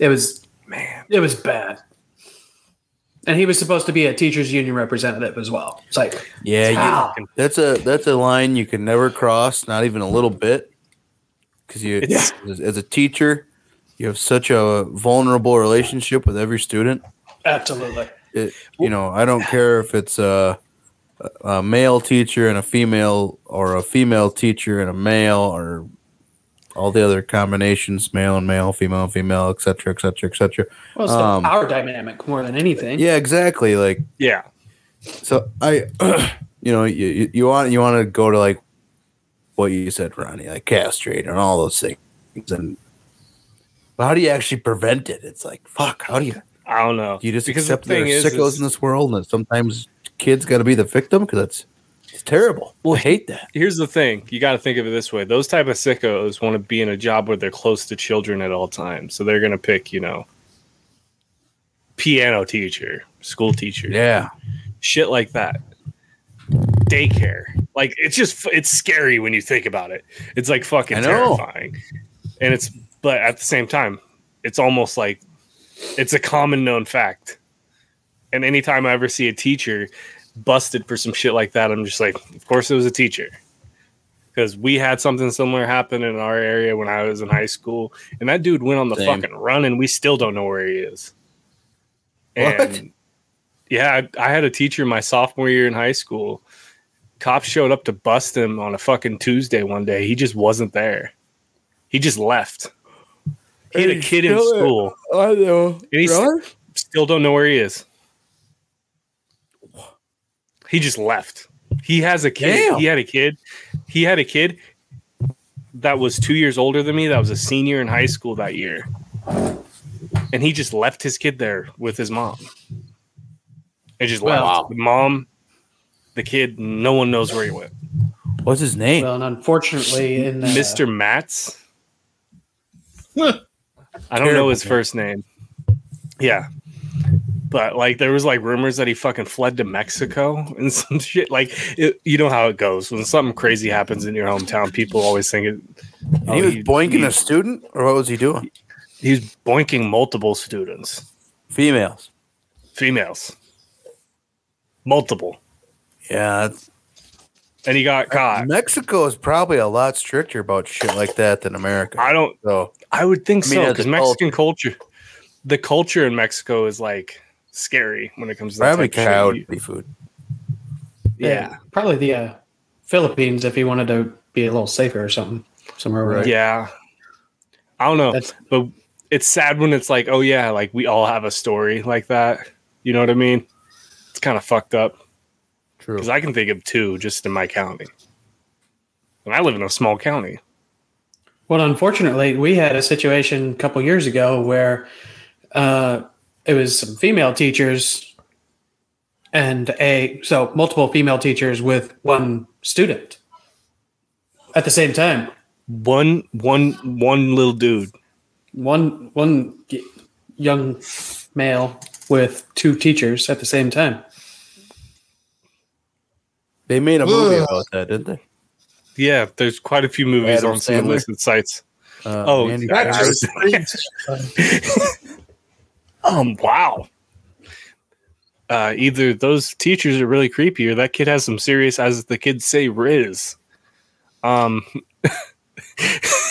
D: It was
A: Man.
D: it was bad. And he was supposed to be a teachers union representative as well. It's like
B: Yeah,
D: wow.
B: you, that's a that's a line you can never cross, not even a little bit, because you
A: It's-
B: as, as a teacher, you have such a vulnerable relationship with every student.
D: absolutely.
B: It, you know, I don't care if it's a, a male teacher and a female, or a female teacher and a male, or all the other combinations, male and male, female and female, et cetera, et cetera, et cetera.
D: Well, it's
B: Um,
D: the power dynamic more than anything.
B: Yeah, exactly. Like
A: Yeah.
B: So I, *clears throat* you know, you- you, you want you want to go to like what you said, Ronnie, like castrate and all those things, and but how do you actually prevent it? It's like fuck. How do you?
A: I don't know.
B: Do you just
A: Because the
B: accept there are
A: thing is,
B: sickos
A: is-
B: in this world, and that sometimes kids got to be the victim because that's it's terrible. Well, I hate that.
A: here's the thing you got to think of it this way those type of sickos want to be in a job where they're close to children at all times so they're going to pick you know piano teacher school teacher
B: Yeah,
A: shit like that daycare like it's just it's scary when you think about it it's like fucking
B: I know.
A: terrifying and it's but at the same time it's almost like it's a common known fact and anytime i ever see a teacher busted for some shit like that i'm just like of course it was a teacher because we had something similar happen in our area when i was in high school and that dude went on the
B: Same.
A: fucking run and we still don't know where he is
B: What?
A: and yeah I, I had a teacher my sophomore year in high school cops showed up to bust him on a fucking tuesday one day he just wasn't there he just left he had a
B: He's
A: kid in
B: still there.
A: school
B: I know.
A: And he's-
B: Really?
A: still don't know where he is. He just left. He has a kid.
B: Damn.
A: He had a kid. He had a kid that was two years older than me. That was a senior in high school that year. And he just left his kid there with his mom. And just left.
D: Wow.
A: The mom, the kid, no one knows where he went.
B: What's his name?
D: Well, and
A: *laughs*
D: unfortunately, in uh,
A: Mr. Matz.
C: Huh.
A: I don't know his first name. Yeah. But like there was like rumors that he fucking fled to Mexico and *laughs* some shit. Like it, you know how it goes when something crazy happens in your hometown. People always think it,
B: And he
A: oh,
B: was
A: you-
B: boinking
A: you-
B: a student, or what was he doing?
A: he's boinking multiple students,
B: Females.
A: females, multiple,
B: Yeah, that's,
A: and he got caught.
B: Mexico is probably a lot stricter about shit like that than America.
A: I don't.
B: So
A: I would think
B: I mean,
A: so
B: as a
A: because Mexican culture, the culture in Mexico is like scary when it comes to that
B: probably
A: type of shit.
B: coyote food.
A: Yeah.
D: probably the uh, Philippines if he wanted to be a little safer or something somewhere. Over there.
A: Yeah. I don't know.
D: That's-
A: but it's sad when it's like, oh yeah, like we all have a story like that. You know what I mean? It's kind of fucked up
B: True.
A: because I can think of two just in my county. And I live in a small county.
D: Well, unfortunately, we had a situation a couple years ago where uh, it was some female teachers and a so multiple female teachers with one student at the same time.
A: One, one, one little dude.
D: One one y- young male with two teachers at the same time.
B: They made a movie
C: Ugh.
B: about that, didn't they?
A: Yeah, there's quite a few movies
B: Adam
A: on some
B: Sandler?
A: enlisted sites.
B: Uh,
A: Oh,
B: Andy-
A: that
C: That just screams.
A: *laughs* Um, wow. Uh, either those teachers are really creepy, or that kid has some serious, as the kids say, riz. Um,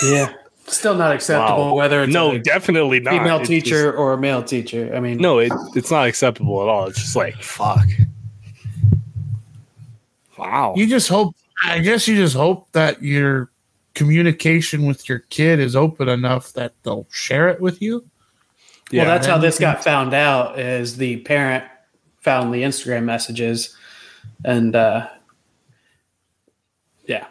D: Yeah. Still not acceptable
A: Wow.
D: whether it's
A: no,
D: a
A: definitely not.
D: female
A: It's just-
D: teacher or a male teacher. I mean
A: no, it, it's not acceptable at all. It's just like fuck. Wow.
C: You just hope. I guess you just hope that your communication with your kid is open enough that they'll share it with you.
A: yeah.
D: Well, that's how this got found out. Is the parent found the Instagram messages, and uh, yeah,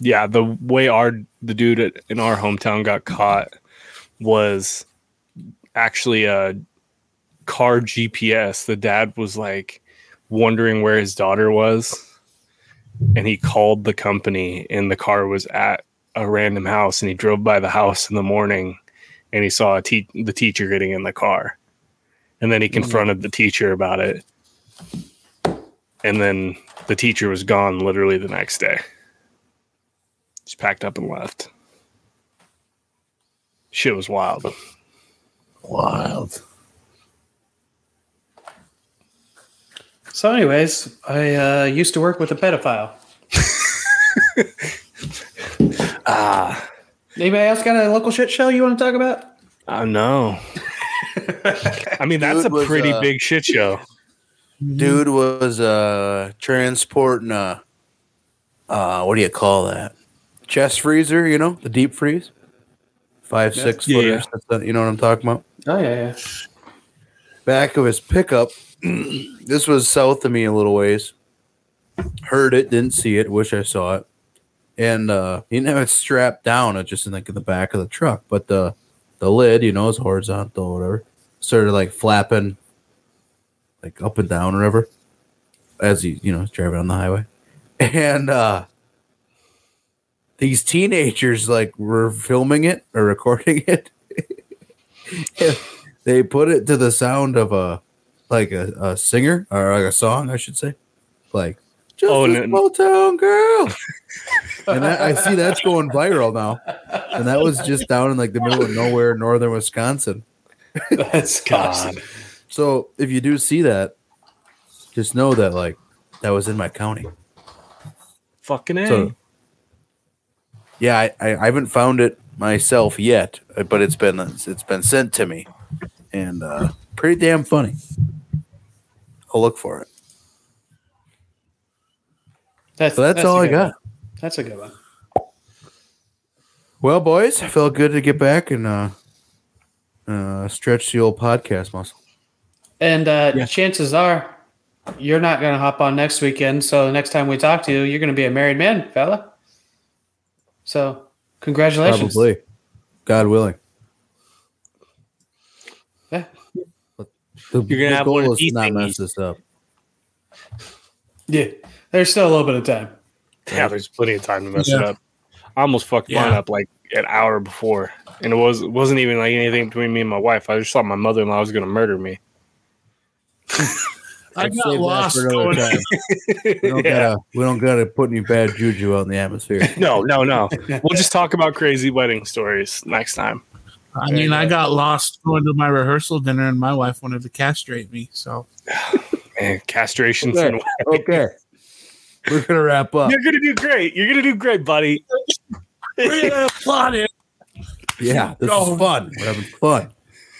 A: yeah, the way our the dude at, in our hometown got caught was actually a car GPS. The dad was like wondering where his daughter was, and he called the company, and the car was at a random house, and he drove by the house in the morning, and he saw a te- the teacher getting in the car, and then he confronted the teacher about it, and then the teacher was gone literally the next day. Just packed up and left. Shit was wild.
C: Wild.
D: So, anyways, I uh, used to work with a pedophile.
A: *laughs* Ah,
D: Anybody else got a local shit show you want to talk about?
A: I know. *laughs* I mean, that's
B: Dude
A: a
B: was,
A: pretty
B: uh,
A: big shit show.
B: dude was uh transporting a uh what do you call that chest freezer you know the deep freeze five six
A: Yeah,
B: footers that's- you know what i'm talking about
D: Oh yeah, yeah.
B: back of his pickup *clears throat* this was south of me a little ways heard it didn't see it wish i saw it and uh he didn't have it strapped down it's just in like in the back of the truck but the the lid you know is horizontal or whatever started like flapping like up and down or whatever as he you know is driving on the highway and uh these teenagers like were filming it or recording *laughs* it they put it to the sound of a like a, a singer or like a song i should say like just
A: Oh,
B: a
A: no.
B: small town girl and that, i see that's going viral now and that was just down in like the middle of nowhere northern wisconsin
D: That's God.
B: so if you do see that, just know that like that was in my county.
A: Fucking A.
B: So yeah, I, I, I haven't found it myself yet, uh, but it's been it's been sent to me, and uh, pretty damn funny. I'll look for it.
D: That's
B: So that's,
D: a
B: all I
D: good
B: got.
D: one. That's a good one.
B: Well, boys, I felt good to get back and uh, uh, stretch the old podcast muscle.
D: And uh, chances are, you're not going to hop on next weekend. So the next time we talk to you, you're going to be a married man, fella. So congratulations.
B: Probably, God willing.
D: Yeah.
B: The,
A: You're gonna
B: the
A: have
B: goal
A: one of
B: is to
A: these
B: not
A: thingies.
B: mess this up.
D: Yeah, there's still a little bit of time.
A: yeah, there's plenty of time to mess it
C: Yeah.
A: up. I almost fucked mine
C: Yeah.
A: up like an hour before, and it was it wasn't even like anything between me and my wife. I just thought my mother-in-law was gonna murder me.
C: I
B: Let's
C: got
B: save that
C: lost
B: for another
C: going. *laughs*
B: time. We don't
A: Yeah.
B: gotta we don't gotta put any bad juju out in the
C: *laughs*
B: atmosphere.
A: No, no, no. we'll just talk about crazy wedding stories next time.
C: I mean, I got lost going to my rehearsal dinner, and my wife wanted to castrate me. So
A: Man, Eh, castrations.
B: Okay.
A: And-
B: Okay. We're gonna wrap up.
A: You're gonna do great. You're gonna do great, buddy.
C: we're gonna applaud it.
B: Yeah, this is fun. We're having fun.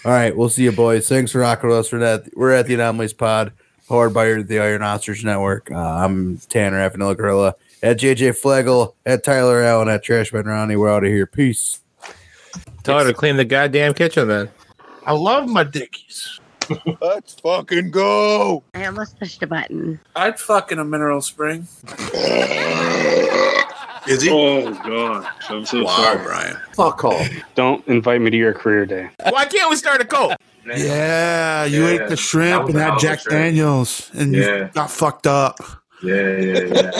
B: All right, we'll see you boys. Thanks for rocking with us for that. We're at the Anomalies Pod, powered by the Iron Ostrich Network. Uh, I'm Tanner Afanilla Gorilla, at JJ Flagel, at Tyler Allen, at Trashman Ronnie. We're out of here. Peace.
F: Tell her to clean the goddamn kitchen then.
C: I love my dickies.
G: Let's fucking go.
H: I almost pushed a button.
C: I'd fuck in a mineral spring.
G: Is he?
A: Oh god, I'm so
G: Wow, Brian.
B: Fuck off.
A: *laughs* Don't invite me to your career day.
F: Why can't we start a cult?
C: Yeah, you
I: Yeah.
C: ate the shrimp and
I: That
C: had
I: was- that
C: Jack
I: was shrimp.
C: Daniels and
I: Yeah.
C: you got fucked up.
I: Yeah, yeah, yeah.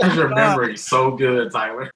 I: I remember it so good, Tyler.